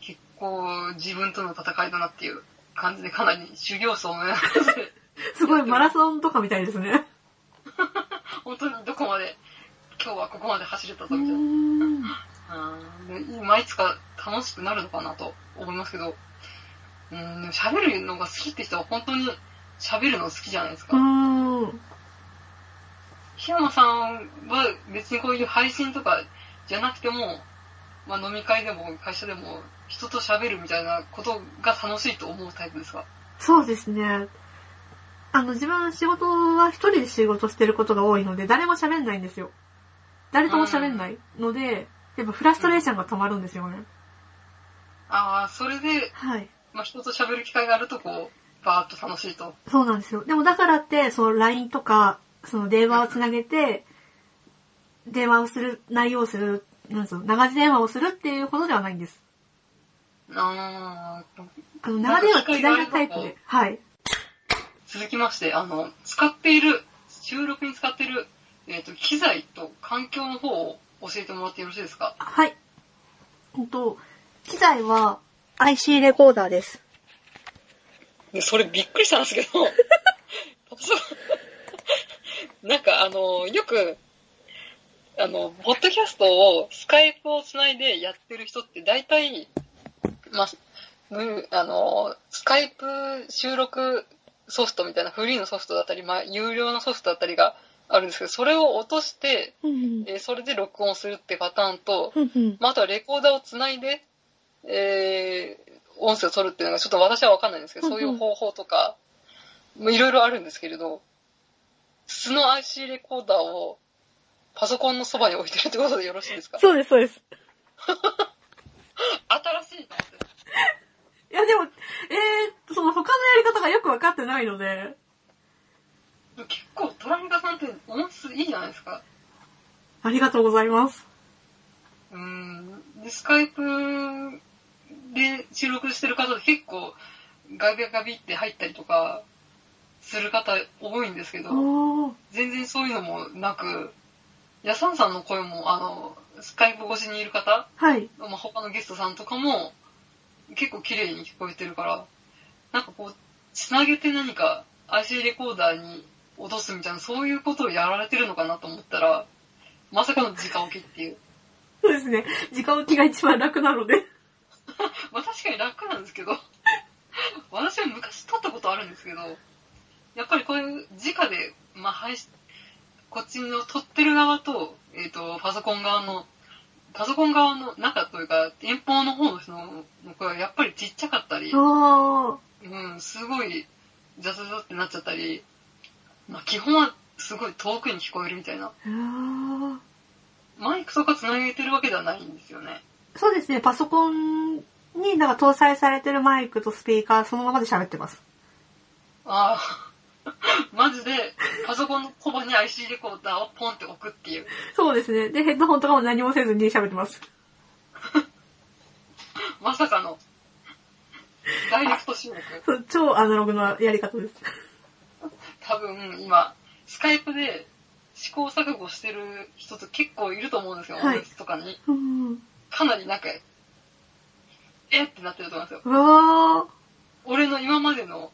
S2: 結構自分との戦いだなっていう感じ でかなり修行僧のような感じで、
S1: すごいマラソンとかみたいですね。
S2: 本当にどこまで、今日はここまで走れたぞみたいな。
S1: は
S2: うんでまあいつか楽しくなるのかなと思いますけど、うん、でも喋るのが好きって人は本当に喋るの好きじゃないですか。檜山さんは別にこういう配信とかじゃなくても、まあ、飲み会でも会社でも人と喋るみたいなことが楽しいと思うタイプですか
S1: そうですね。あの、自分仕事は一人で仕事してることが多いので、誰も喋んないんですよ。誰とも喋んないので、やっぱフラストレーションが溜まるんですよね。
S2: ああ、それで、
S1: はい。
S2: まあ、人と喋る機会があるとこう、バーッと楽しいと。
S1: そうなんですよ。でもだからって、その LINE とか、その電話をつなげて、電話をする、内容をする、なんつうの、長時電話をするっていうほどではないんです。
S2: ああ、
S1: あの、長電話嫌いなタイプで。はい。
S2: 続きまして、あの、使っている、収録に使っている、えっ、と、機材と環境の方を教えてもらってよろしいですか
S1: はい。うんと、機材は IC レコーダーです。
S2: それびっくりしたんですけど、 そうなんかあの、よく、あの、ポッドキャストを、スカイプをつないでやってる人って大体、まあ、むあの、スカイプ収録ソフトみたいなフリーのソフトだったり、まあ、有料のソフトだったりがあるんですけど、それを落として、
S1: うん
S2: えーそれで録音するってパターンと、
S1: うんうん
S2: まあ、あとはレコーダーをつないで、えー音声を取るっていうのがちょっと私はわかんないんですけど、
S1: うんうん
S2: そういう方法とか、まあいろいろあるんですけれど、素の IC レコーダーをパソコンのそばに置いてるってことでよろしいですか
S1: そうです、そうです。
S2: 新しいと思って。
S1: いや、でも、えー、その他のやり方がよくわかってないので、
S2: 結構、トランカさんって音質いいじゃないですか。
S1: ありがとうございます。
S2: うーん。でスカイプで収録してる方で結構、ガビガビって入ったりとか、する方多いんですけど、
S1: おー。
S2: 全然そういうのもなく、ヤサンさんの声も、あの、スカイプ越しにいる方、
S1: はい。
S2: まあ、他のゲストさんとかも、結構綺麗に聞こえてるから、なんかこう、つなげて何か IC レコーダーに落とすみたいな、そういうことをやられてるのかなと思ったら、まさかの直置きっていう。
S1: そうですね。時間置きが一番楽なので。
S2: まあ確かに楽なんですけど、 私は昔撮ったことあるんですけど、やっぱりこういう直で、まあ配信、こっちの撮ってる側と、えっ、と、パソコン側の、パソコン側の中というか、遠方の方の人の声はやっぱりちっちゃかったり、
S1: おー。
S2: うん、すごい、ザザザってなっちゃったり、まあ基本はすごい遠くに聞こえるみたいな。
S1: あー
S2: マイクとか繋げてるわけではないんですよね。
S1: そうですね、パソコンになんか搭載されてるマイクとスピーカーそのままで喋ってます。
S2: ああ、 マジで、パソコンのコバに IC レコーダーをポンって置くっていう。
S1: そうですね。で、ヘッドホンとかも何もせずに喋ってます。
S2: まさかの、ダイレクト収録。
S1: そう超アナログなやり方です。
S2: 多分、今、スカイプで試行錯誤してる人って結構いると思うんですよ。
S1: はい
S2: 音質とかに。
S1: うん。
S2: かなりなんか、えってなってると思うんですよ。
S1: うわ
S2: 俺の今までの、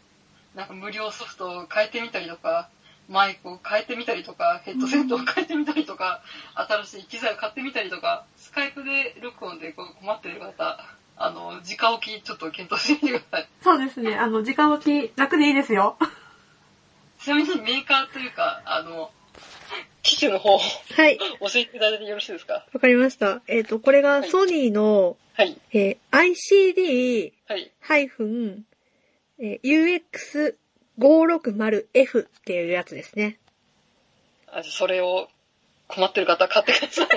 S2: なんか無料ソフトを変えてみたりとか、マイクを変えてみたりとか、ヘッドセットを変えてみたりとか、新しい機材を買ってみたりとか、スカイプで録音でこう困ってる方、あの、直置きちょっと検討してみてください。
S1: ー。そうですね、あの、時間置き楽でいいですよ。
S2: ちなみにメーカーというか、あの、機種の方、教
S1: はい、
S2: えていただいてよろしいですか
S1: わかりました。えっ、と、これが
S2: はい
S1: ソニーの、
S2: はい、
S1: えー、
S2: はい。
S1: ICD-UX560F っていうやつですね。
S2: あそれを困ってる方は買ってくだ さい。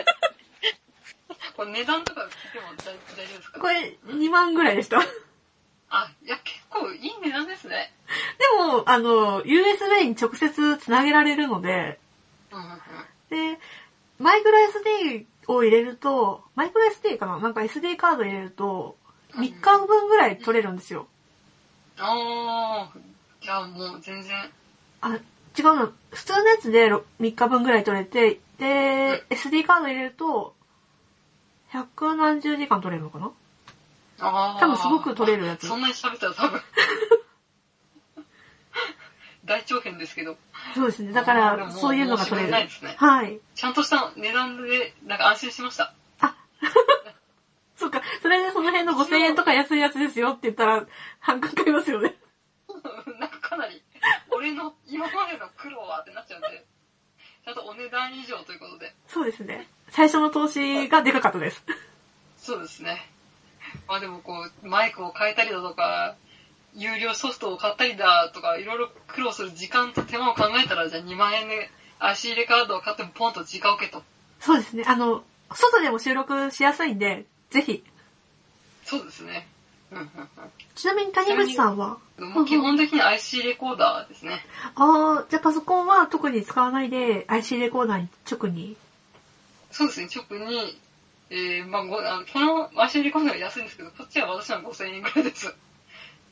S2: これ値段とか聞いても大大丈夫ですか
S1: これ2万ぐらい でした。で
S2: あ、いや、結構いい値段ですね。
S1: も、あの、USB に直接つなげられるので、
S2: うんうんうん。
S1: で、マイクロ SD を入れると、マイクロ SD かななんか SD カード入れると、
S2: うん
S1: 3日分ぐらい取れるんですよ。
S2: あー、じゃあもう全然。
S1: あ、違うの。普通のやつでろ3日分ぐらい取れて、で、SD カード入れると、百何十時間取れるのかな
S2: あー。
S1: 多分すごく取れるやつ。
S2: そんなに喋ったら多分。 大長編ですけど。
S1: そうですね。だか
S2: あーで
S1: ら、
S2: もも
S1: そういうのが取れ
S2: 申し訳ない
S1: る
S2: で。すね。
S1: はい。
S2: ちゃんとした値段で、なんか安心しました。
S1: そっか、それでその辺の5000円とか安いやつですよって言ったら、半額買いますよね。
S2: なんかかなり、俺の今までの苦労はってなっちゃうんで、ちゃんとお値段以上ということで。
S1: そうですね。最初の投資がでかかったです。
S2: そうですね。まあでもこう、マイクを変えたりだとか、有料ソフトを買ったりだとか、いろいろ苦労する時間と手間を考えたら、じゃあ2万円で足入れカードを買ってもポンと直置けと。
S1: そうですね。あの、外でも収録しやすいんで、ぜひ。
S2: そうですね。うんうん
S1: ちなみに谷口さんは
S2: うん。もう基本的に IC レコーダーですね。
S1: ああ、じゃあパソコンは特に使わないで IC レコーダーに直に。
S2: そうですね、直に、えー、まあ、ごあのこの IC レコーダーは安いんですけど、こっちは私は5000円ぐらいです。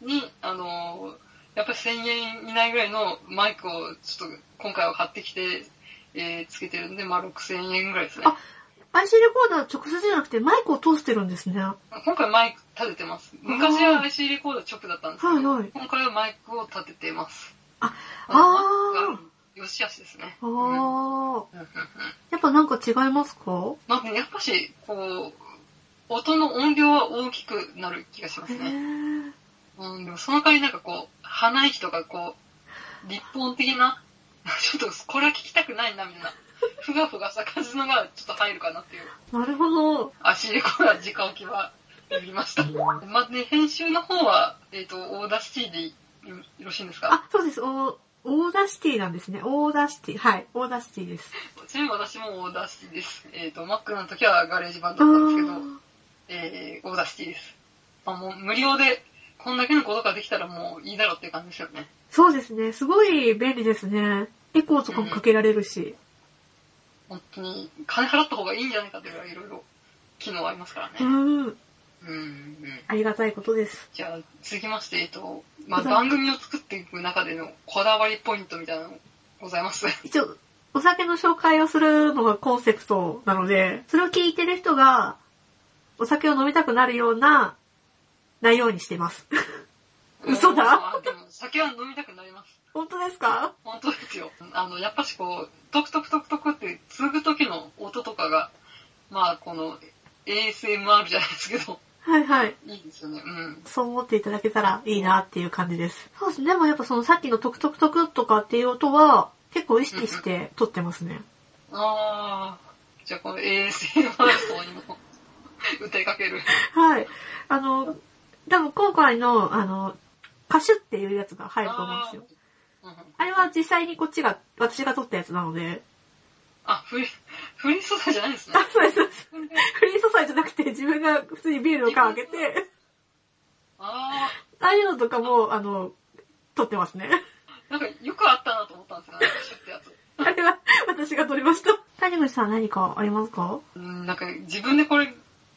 S2: に、あのーやっぱり1000円以内ぐらいのマイクをちょっと今回は買ってきて、えー、つけてるんで、まあ、6000円ぐらいですね。
S1: あ IC レコーダー直接じゃなくてマイクを通してるんですね。は
S2: 今回マイク立ててます。昔は IC レコーダー直だったんですけど、
S1: いはい。
S2: 今回はマイクを立ててます。
S1: あ、
S2: マイ
S1: あ
S2: クがよしあしですね。
S1: あ、
S2: うん
S1: ああ。
S2: うんうんうん
S1: やっぱなんか違いますか
S2: まあ、ね、やっぱし、こう、音の音量は大きくなる気がしま
S1: へ
S2: すね。
S1: え。
S2: うん、でもその代わりなんかこう、鼻息とかこう、立本的な ちょっとこれは聞きたくないな、みんな。ふがふがした感じのがちょっと入るかなっていう。
S1: なるほど。
S2: あ、シリコは直置きはやりました。まあね、編集の方は、えっ、と、オーダーシティでよろしいんですか
S1: あ、そうです。オーオーダーシティなんですね。オーダーシティ。はい。オーダーシティです。
S2: ちなみに私もオーダーシティです。えっ、と、Mac の時はガレージバン
S1: あ
S2: ドだったんですけど、
S1: ー
S2: えー、オーダーシティです。まあもう無料で、こんだけのことができたらもういいだろうっていう感じですよね。
S1: そうですね。すごい便利ですね。エコーとかもかけられるし。
S2: 本当に、金払った方がいいんじゃないかというぐらいいろいろ機能ありますから
S1: う
S2: ね。
S1: ん。
S2: うん、うん。
S1: ありがたいことです。
S2: じゃあ、続きまして、えっと、まあ、
S1: はい
S2: 番組を作っていく中でのこだわりポイントみたいなのございます。
S1: 一応、お酒の紹介をするのがコンセプトなので、それを聞いてる人が、お酒を飲みたくなるような内容にしてます。嘘だ
S2: あでも、酒は飲みたくなります。
S1: 本当ですか
S2: 本当ですよ。あの、やっぱしこう、トクトクトクトクって継ぐ時の音とかが、まあ、この、ASMR じゃないですけど、
S1: はいはい。
S2: いいですよね。うん。
S1: そう思っていただけたらいいなっていう感じです。そうですね。でもやっぱそのさっきのトクトクトクとかっていう音は、結構意識して撮ってますね。
S2: あー。じゃあ、この ASMR とにも、 歌いかける。
S1: はい。あの、多分今回の、あの、歌手っていうやつが入ると思うんですよ。
S2: あーうんうん
S1: あれは実際にこっちが、私が撮ったやつなので。
S2: あ、フリ、フリー素材じゃないですね
S1: あ。、そうですそうです。フリー素材じゃなくて自分が普通にビールの缶開け て、
S2: あー。
S1: ああいうのとかも、あの、撮ってますね。
S2: なんかよくあったなと思ったんですよね、シュってやつ。
S1: あれは私が撮りました。谷口さん何かありますか
S2: うん、なんか自分でこれ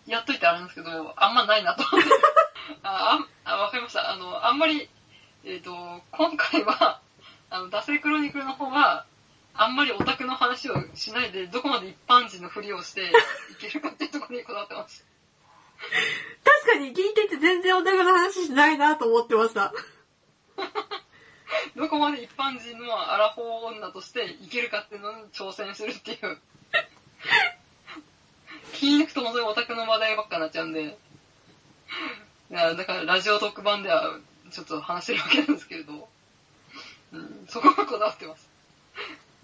S2: やっといてあれなんですけど、あんまないなと 思って。あ、あんあわかりました。あの、あんまり、えっ、と、今回は、あの、ダセクロニクルの方は、あんまりオタクの話をしないで、どこまで一般人のふりをしていけるかっていうところにこだわってます。
S1: 確かに聞いてて全然お互いの話しないなと思ってました。
S2: どこまで一般人のアラフォー女としていけるかっていうのに挑戦するっていう。 気抜くと本当にオタクの話題ばっかになっちゃうんで。いやだからラジオ特番ではちょっと話してるわけなんですけれど。うん、そこはこだわってます。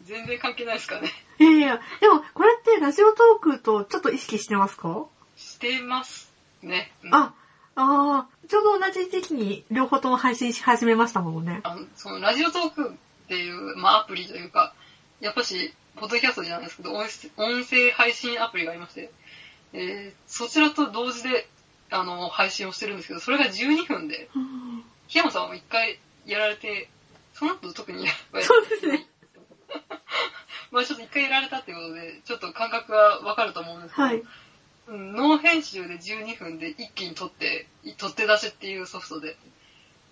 S2: 全然関係ないですかね。
S1: いやいや、でもこれってラジオトークとちょっと意識してますか
S2: してますね。うん
S1: あ、ああ、ちょうど同じ時期に両方とも配信し始めましたもんね。
S2: あの、その、ラジオトークっていう、まあ、アプリというか、やっぱし、ポッドキャストじゃないですけど、音声音声配信アプリがありまして、えーそちらと同時で、あの、配信をしてるんですけど、それが12分で、
S1: うん
S2: 檜山さんも一回やられて、その後特にやられて、
S1: そうですね。
S2: まあちょっと一回やられたってことで、ちょっと感覚がわかると思うんですけど、
S1: はい。
S2: うんノー編集で12分で一気に撮って、撮って出しっていうソフトで。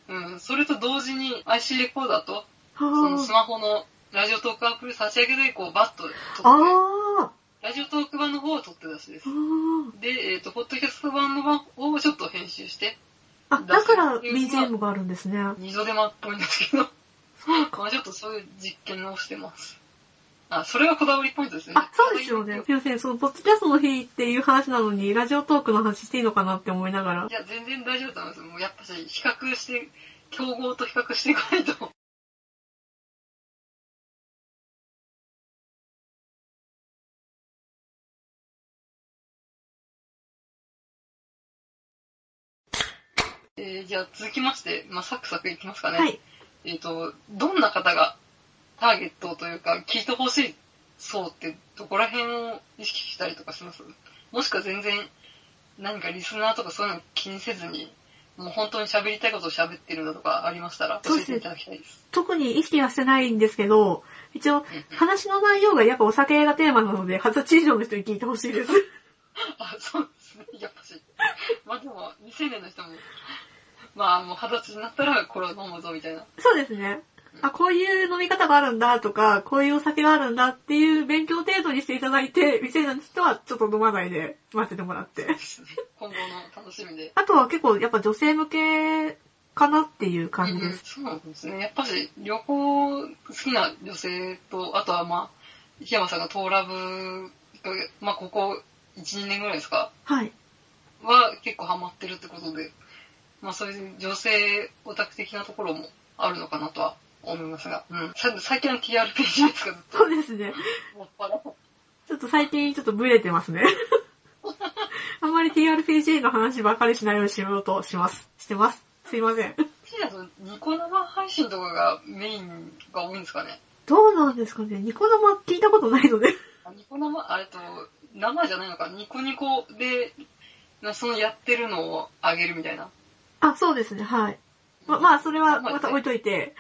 S2: うん、それと同時に IC レコーダーと、そのス
S1: は
S2: マホのラジオトークアプリ差し上げで、こう、バッと撮
S1: あ。
S2: って、
S1: あ
S2: ラジオトーク版の方を撮って出しです
S1: あ。ー。
S2: で、えっ、と、ポッドキャスト版の版をちょっと編集して、
S1: あ、だから BGM があるんですね。
S2: 二度手間っぽいんですけど、
S1: そう
S2: ま
S1: か。
S2: あちょっとそういう実験をしてます。あ、それがこだわりポイントですね。
S1: あ、そうですよね。すいません、その、ポッドキャストの日っていう話なのに、ラジオトークの話していいのかなって思いながら
S2: い。や、全然大丈夫だと思います。もうやっぱし、比較して、競合と比較していかないと。 えー、じゃあ続きまして、まあ、サクサクいきますかね。
S1: はい。
S2: えっ、と、どんな方がターゲットというか、聞いてほしい層って、どこら辺を意識したりとかしますもしくは全然、何かリスナーとかそういうの気にせずに、もう本当に喋りたいことを喋ってるのとかありましたら、
S1: そ
S2: 教
S1: う
S2: え
S1: です
S2: て
S1: ね
S2: いただきたいです。
S1: 特に意識はしてないんですけど、一応、話の内容がやっぱお酒がテーマなので、二十歳以上の人に聞いてほしいです。
S2: あ、そうですね。やっぱし。まあでも、未成年の人も、まあもう二十歳になったらこれを飲むぞみたい な。
S1: そうですね。あ、こういう飲み方があるんだとか、こういうお酒があるんだっていう勉強程度にしていただいて、未成年の人はちょっと飲まないで待っててもらって。
S2: ですね今後の楽しみで。
S1: あとは結構やっぱ女性向けかなっていう感じです。
S2: そうなんですね。やっぱり旅行好きな女性と、あとはまあ、檜山さんがトーラブが、まあここ1、2年ぐらいですか、
S1: はい。
S2: は結構ハマってるってことで、まあそういう女性オタク的なところもあるのかなとは思いますが、うん。さ最近の TRPG ですけど、
S1: そうですね。
S2: もっぱら。
S1: ちょっと最近ちょっとブレてます ね。あんまり TRPG の話ばかりしないようにしようとします。してます。すいません。
S2: ピだとニコ生配信とかがメインが多いんですかね。
S1: どうなんですかねニコ生聞いたことないの で。
S2: あニコ生、あれと、生じゃないのか、ニコニコで、なそのやってるのをあげるみたいな。
S1: あ、そうですね、はい。ま、まあ、それはまた置いといて。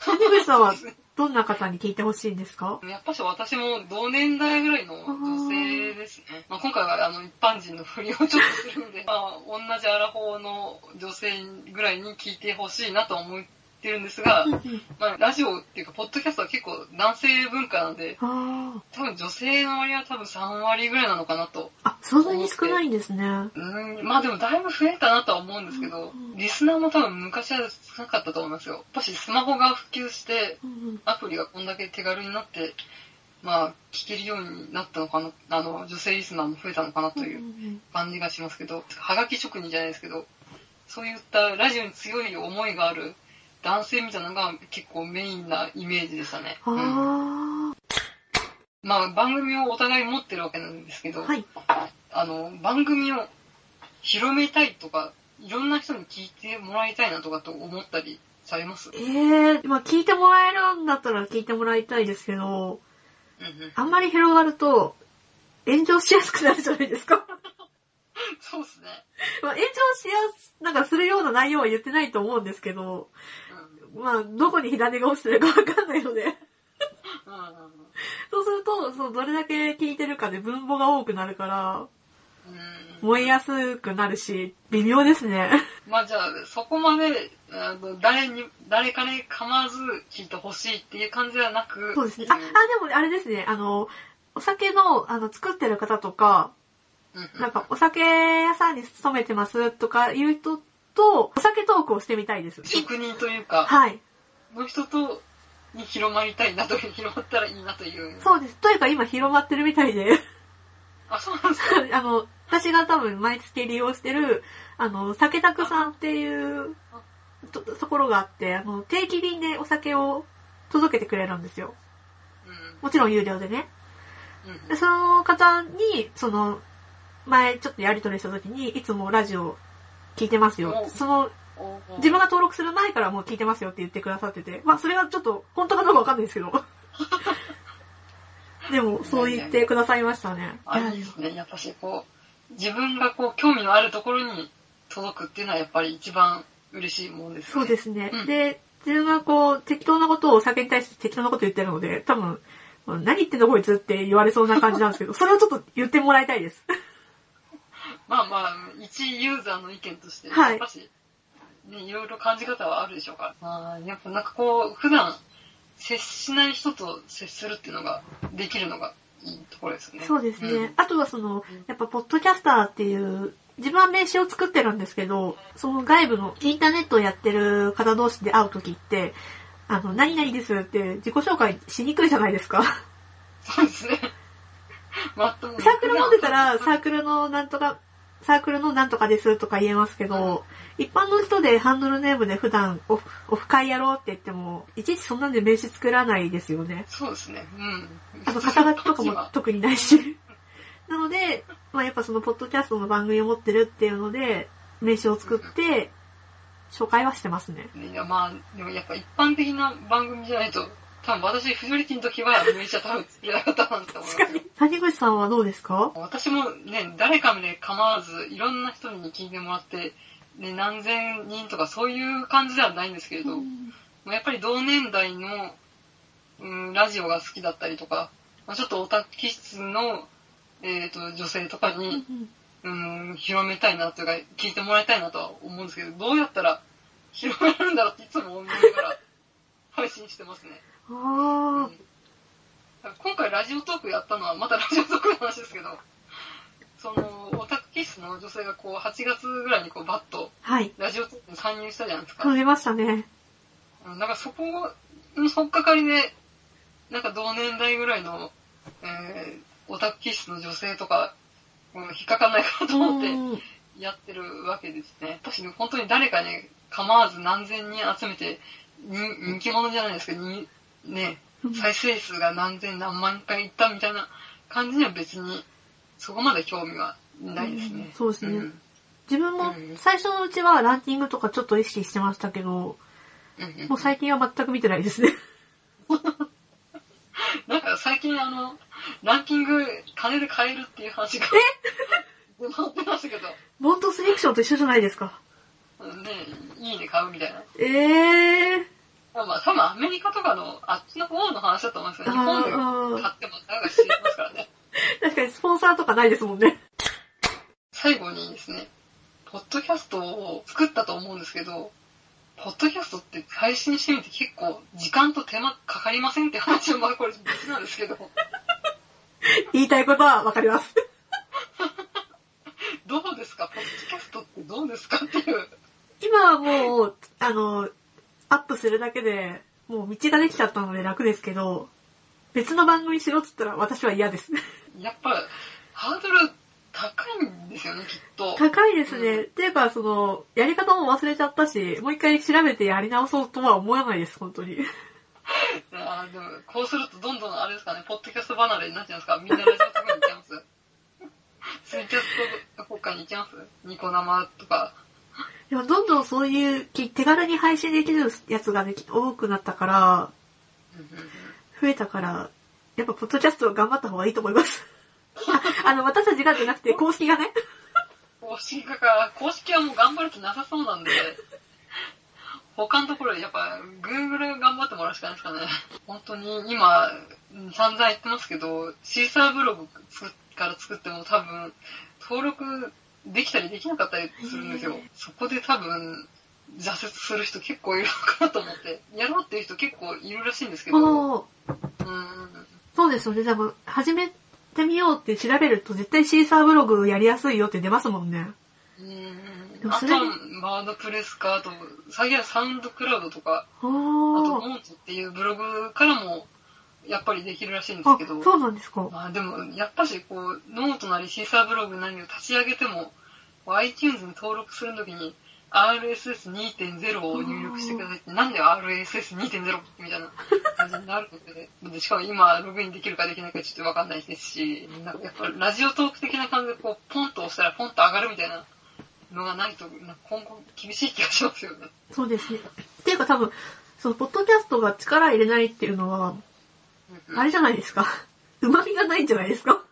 S1: 谷口さんはどんな方に聞いてほしいんですか
S2: やっぱし私も同年代ぐらいの女性ですね。まあ、今回はあの一般人の振りをちょっとするんで、 まあ、同じアラフォーの女性ぐらいに聞いてほしいなと思ってるんですが、まあ、ラジオっていうか、ポッドキャストは結構男性文化なんで、
S1: あ
S2: 多分女性の割合は多分3割ぐらいなのかなと。
S1: あ。あ、そんなに少ないんですね。
S2: うん、まあでもだいぶ増えたなとは思うんですけど、リスナーも多分昔は少なかったと思いますよ。やっぱしスマホが普及して、
S1: うん
S2: アプリがこんだけ手軽になって、まあ、聞けるようになったのかな、あの、女性リスナーも増えたのかなと
S1: うん
S2: いう感じがしますけど、はがき職人じゃないですけど、そういったラジオに強い思いがある男性みたいなのが結構メインなイメージでしたね。うん
S1: あ
S2: まあ、番組をお互い持ってるわけなんですけ
S1: あ。
S2: ど、
S1: はい。
S2: あの、番組を広めたいとか、いろんな人に聞いてもらいたいなとかと思ったりされます
S1: ええまあ聞いてもらえるんだったら聞いてもらいたいですけど、
S2: うんうん
S1: あんまり広がると、炎上しやすくなるじゃないですか。
S2: そうですね。
S1: まあ炎上しやす、なんかするような内容は言ってないと思うんですけど、
S2: うん
S1: まあ、どこに火種が落ちてるかわかんないので、
S2: うんうんうん
S1: そうすると、そう、どれだけ聞いてるかで分母が多くなるから、
S2: うん
S1: 燃えやすくなるし、微妙ですね。
S2: まあじゃあ、そこまで、あの、誰に、誰かに構わず聞いてほしいっていう感じではなく、
S1: そうですね。あ、あ、でもあれですね、あの、お酒の、あの、作ってる方とか、
S2: うんうん
S1: なんか、お酒屋さんに勤めてますとかいう人と、お酒トークをしてみたいです。
S2: 職人というか、
S1: はい。
S2: の人と、に広まりたいなとか、広まったらいいなという。
S1: そうです。というか今広まってるみたいで、
S2: あ、そうなんですか。
S1: あの、私が多分毎月利用してる、あの、酒拓さんっていうとところがあって、あの、定期便でお酒を届けてくれるんですよ。
S2: う
S1: もちろん有料でね。
S2: ん。うん
S1: でその方に、その、前ちょっとやりとりした時に、いつもラジオ聞いてますよ。
S2: うん
S1: その、
S2: おー
S1: 自分が登録する前からもう聞いてますよって言ってくださってて。まあ、それはちょっと、本当かどうかわかんないです けど。でも、そう言ってくださいましたね。
S2: あれですね、やっぱしこう、自分がこう、興味のあるところに届くっていうのはやっぱり一番嬉しいもんです、ね。
S1: そうですね。
S2: うん
S1: で、自分がこう、適当なことをお酒に対して適当なこと言ってるので、多分、何言ってんだこいつって言われそうな感じなんですけ ど、それをちょっと言ってもらいたいです。
S2: まあまあ、一ユーザーの意見として、
S1: はい
S2: やっぱし、ね、いろいろ感じ方はあるでしょうから。まあ、やっぱなんかこう、普段、接しない人と接するっていうのが、できるのがいいところですよね。
S1: そうですね。
S2: ん
S1: あとはその、やっぱ、ポッドキャスターっていう、自分は名刺を作ってるんですけど、その外部のインターネットをやってる方同士で会うときって、あの、何々ですって自己紹介しにくいじゃないですか。
S2: そうですね。 まっとも
S1: サークル持ってたら、サークルのなんとか、サークルのなんとかですとか言えますけど、一般の人でハンドルネームで普段オフ、オフ会やろうって言っても、いちいちそんなんで名刺作らないですよね。
S2: そうですね。うん。
S1: あと肩書きとかも
S2: は
S1: 特にないし。 なので、まあやっぱそのポッドキャストの番組を持ってるっていうので、名刺を作って、紹介はしてますね。
S2: いや、まあ、でもやっぱ一般的な番組じゃないと、多分私、フジョリティの時は、めっちゃ多分作れなかったなと思います。
S1: 確かに。谷口さんはどうですか
S2: 私もね、誰かで構わず、いろんな人に聞いてもらって、ね、何千人とかそういう感じではないんですけれど、もうやっぱり同年代の、うん、ラジオが好きだったりとか、まあ、ちょっとオタク気質の、えっ、と、女性とかに、うん、広めたいなというか、聞いてもらいたいなとは思うんですけど、どうやったら広められるんだろうっていつも思いながら配信してますね。う
S1: あ
S2: ん今回ラジオトークやったのは、また ラジオトークの話ですけど、その、オタク気質の女性がこう、8月ぐらいにこう、バッと、
S1: あ、はい。
S2: ラジオトークに参入したじゃないですか。
S1: 飛びましたね。
S2: うん、だからそこの、そっかかりで、なんか同年代ぐらいの、えー、オタク気質の女性とか、うん引っかかんないかなと思って、
S1: うん
S2: やってるわけですね。私ね、本当に誰かに構わず何千人集めて、に人気者じゃないですけど、にね、再生数が何千何万回いったみたいな感じには別に、そこまで興味はないですね。
S1: そうですね
S2: ん
S1: 自分も
S2: うん
S1: 最初のうちはランキングとかちょっと意識してましたけど、
S2: うんうん
S1: もう最近は全く見てないですね。
S2: なんか最近あの、ランキング金で買えるっていう話が、出回ってましたけど、
S1: ボントスフィクションと一緒じゃないですか。
S2: ね、いいね買うみたいな。
S1: ええ
S2: まあまあ、多分アメリカとかのあっちの方の話だと思うんですけど、日
S1: あー
S2: 本で買ってもなん か知りますからね。
S1: ー、確かにスポンサーとかないですもんね。
S2: 最後にですね、ポッドキャストを作ったと思うんですけど、ポッドキャストって配信してみて結構時間と手間かかりませんって話はまあこれ別なんです けど、
S1: 言いたいことはわかります。
S2: どうですかポッドキャストってどうですかっていう。
S1: 今はもう、あの、アップするだけで、もう道ができちゃったので楽ですけど、別の番組しろっつったら私は嫌 です。
S2: やっぱ、ハードル高いんですよね、きっと。
S1: 高いですね。っていうか、その、やり方も忘れちゃったし、もう一回調べてやり直そうとは思わないです、本当に。
S2: あーでも、こうするとどんどんあれですかね、ポッドキャスト離れになっちゃうんですかみんなラジオとかに行っちゃいます ツイキャスト国家に行っちゃいますニコ生とか。
S1: でもどんどんそういうき手軽に配信できるやつができ多くなったから、増えたから、やっぱポッドキャスト頑張った方がいいと思 います。ああの、私たちがじゃなくて公式がね、
S2: 公式化か、公式はもう頑張る気なさそうなんで、他のところでやっぱ、Google 頑張ってもらうしかないですかね。本当に今、うん散々言ってますけど、シーサーブログ作っから作っても多分、登録できたりできなかったりするんです
S1: へ
S2: よ
S1: ー。
S2: そこで多分、挫折する人結構いるのかなと思って、やろうっていう人結構いるらしいんですけど、うん、
S1: もう、そうですよね。でも、始めてみようって調べると絶対シーサーブログやりやすいよって出ますもんね。
S2: うん
S1: でも
S2: あ
S1: そ
S2: と
S1: れ
S2: はワードプレスか、あと、最近はサウンドクラウドとか、あと、
S1: おー。
S2: モーツっていうブログからも、やっぱりできるらしいんです
S1: あ
S2: けど、、
S1: そうなんですか。
S2: まあでも、やっぱし、こう、ノートなりシーサーブログなりを立ち上げても、こう iTunes に登録するときに、RSS2.0 を入力してくださいって、なんで RSS2.0 みたいな感じになるので、でしかも今、ログインできるかできないかちょっとわかんないですし、なんかやっぱラジオトーク的な感じで、こう、ポンと押したらポンと上がるみたいなのがないと、なんか今後厳しい気がしますよね。
S1: そうですね。っていうか多分、その、ポッドキャストが力入れないっていうのは、あれじゃないですか。 旨味がないんじゃないですか。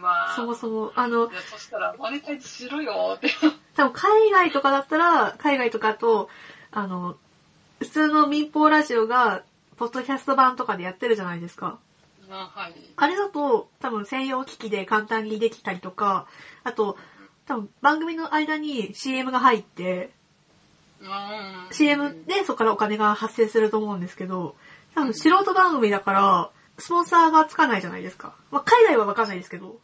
S2: まあ、
S1: そもそも。あの
S2: い、や、そしたら、マネタイズしろよって。
S1: 多分海外とかだったら、海外とかと、あの、普通の民放ラジオが、ポッドキャスト版とかでやってるじゃないですか。
S2: まあ、はい。
S1: あれだと、多分専用機器で簡単にできたりとか、あと、多分番組の間に CM が入って、
S2: うん。
S1: CM でそこからお金が発生すると思うんですけど、多分素人番組だから、スポンサーがつかないじゃないですか。まあ、海外はわかんないですけど。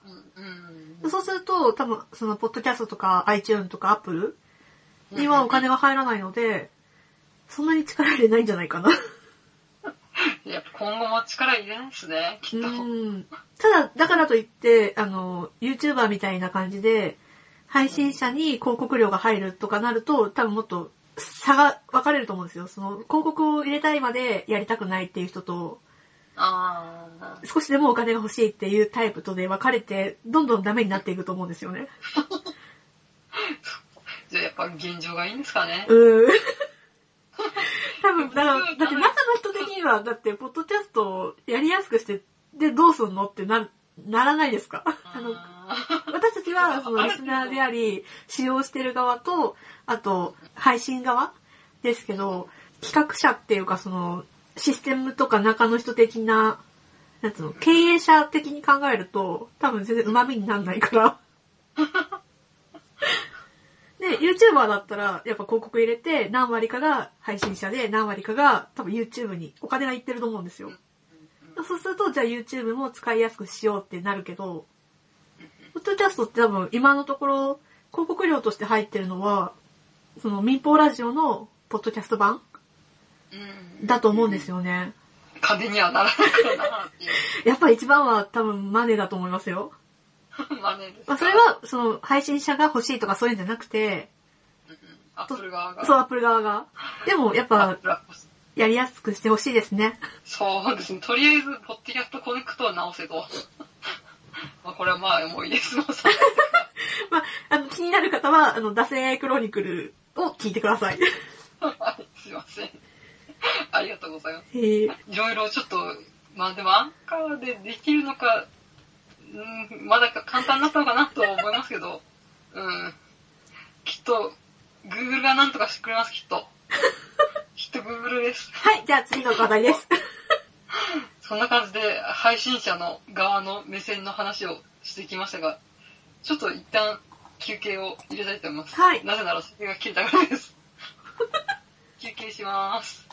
S2: うん。
S1: そうすると、多分、その、ポッドキャストとか iTune とか Apple
S2: うん
S1: にはお金が入らないので、そんなに力入れないんじゃないかな。
S2: やっぱ今後も力入れないですね、きっと。
S1: うん。ただ、だからといって、あの、YouTuber みたいな感じで、配信者に広告料が入るとかなると、多分もっと差が分かれると思うんですよ。その、広告を入れたいまでやりたくないっていう人と、
S2: ああ。
S1: 少しでもお金が欲しいっていうタイプとで分かれて、どんどんダメになっていくと思うんですよね。
S2: じゃあやっぱ現状がいいんですかね。
S1: うーん。多分、だから、だって中の人的には、だって、ポッドキャストをやりやすくして、で、どうすんのってな、ならないですかあの、
S2: あ
S1: 私たち は、その、リスナーであり、使用してる側と、あと、配信側ですけど、企画者っていうか、その、システムとか中の人的な、なんつうの、経営者的に考えると、多分全然旨味になんない から。で、YouTuber だったら、やっぱ広告入れて、何割かが配信者で、何割かが多分 YouTube にお金がいってると思うんですよ。そうすると、じゃあ YouTube も使いやすくしようってなるけど、ポッドキャストって多分今のところ広告料として入ってるのは、その民放ラジオのポッドキャスト版
S2: ーうん
S1: だと思うんですよね。
S2: 金にはならないからなっていう。
S1: やっぱ一番は多分マネだと思いますよ。
S2: まあね。
S1: まあそれは、その配信者が欲しいとかそういうんじゃなくて、
S2: アップル側が。
S1: そう、アップル側が。でも、やっ
S2: アッ
S1: ぱ、
S2: プルは
S1: やりやすくしてほしいですね。
S2: そうですね。とりあえず、ポッドキャストコネクトは直せと。 まあこれはまあ、もういいです。もうさ
S1: まあ、あの、気になる方は、あの、脱線クロニクルを聞いてくださ い。
S2: はいすいません。ありがとうございます。
S1: えー、
S2: いろいろちょっと、まあでもアンカーでできるのか、うん、まだか簡単だったのかなとは思いますけど、うん。きっと、Google がなんとかしてくれます、きっと。きっと Google です。
S1: はい、じゃあ次の話題です。
S2: そんな感じで配信者の側の目線の話をしてきましたが、ちょっと一旦休憩を入れたいと思います。
S1: はい
S2: なぜならそれが切れたからです。休憩します。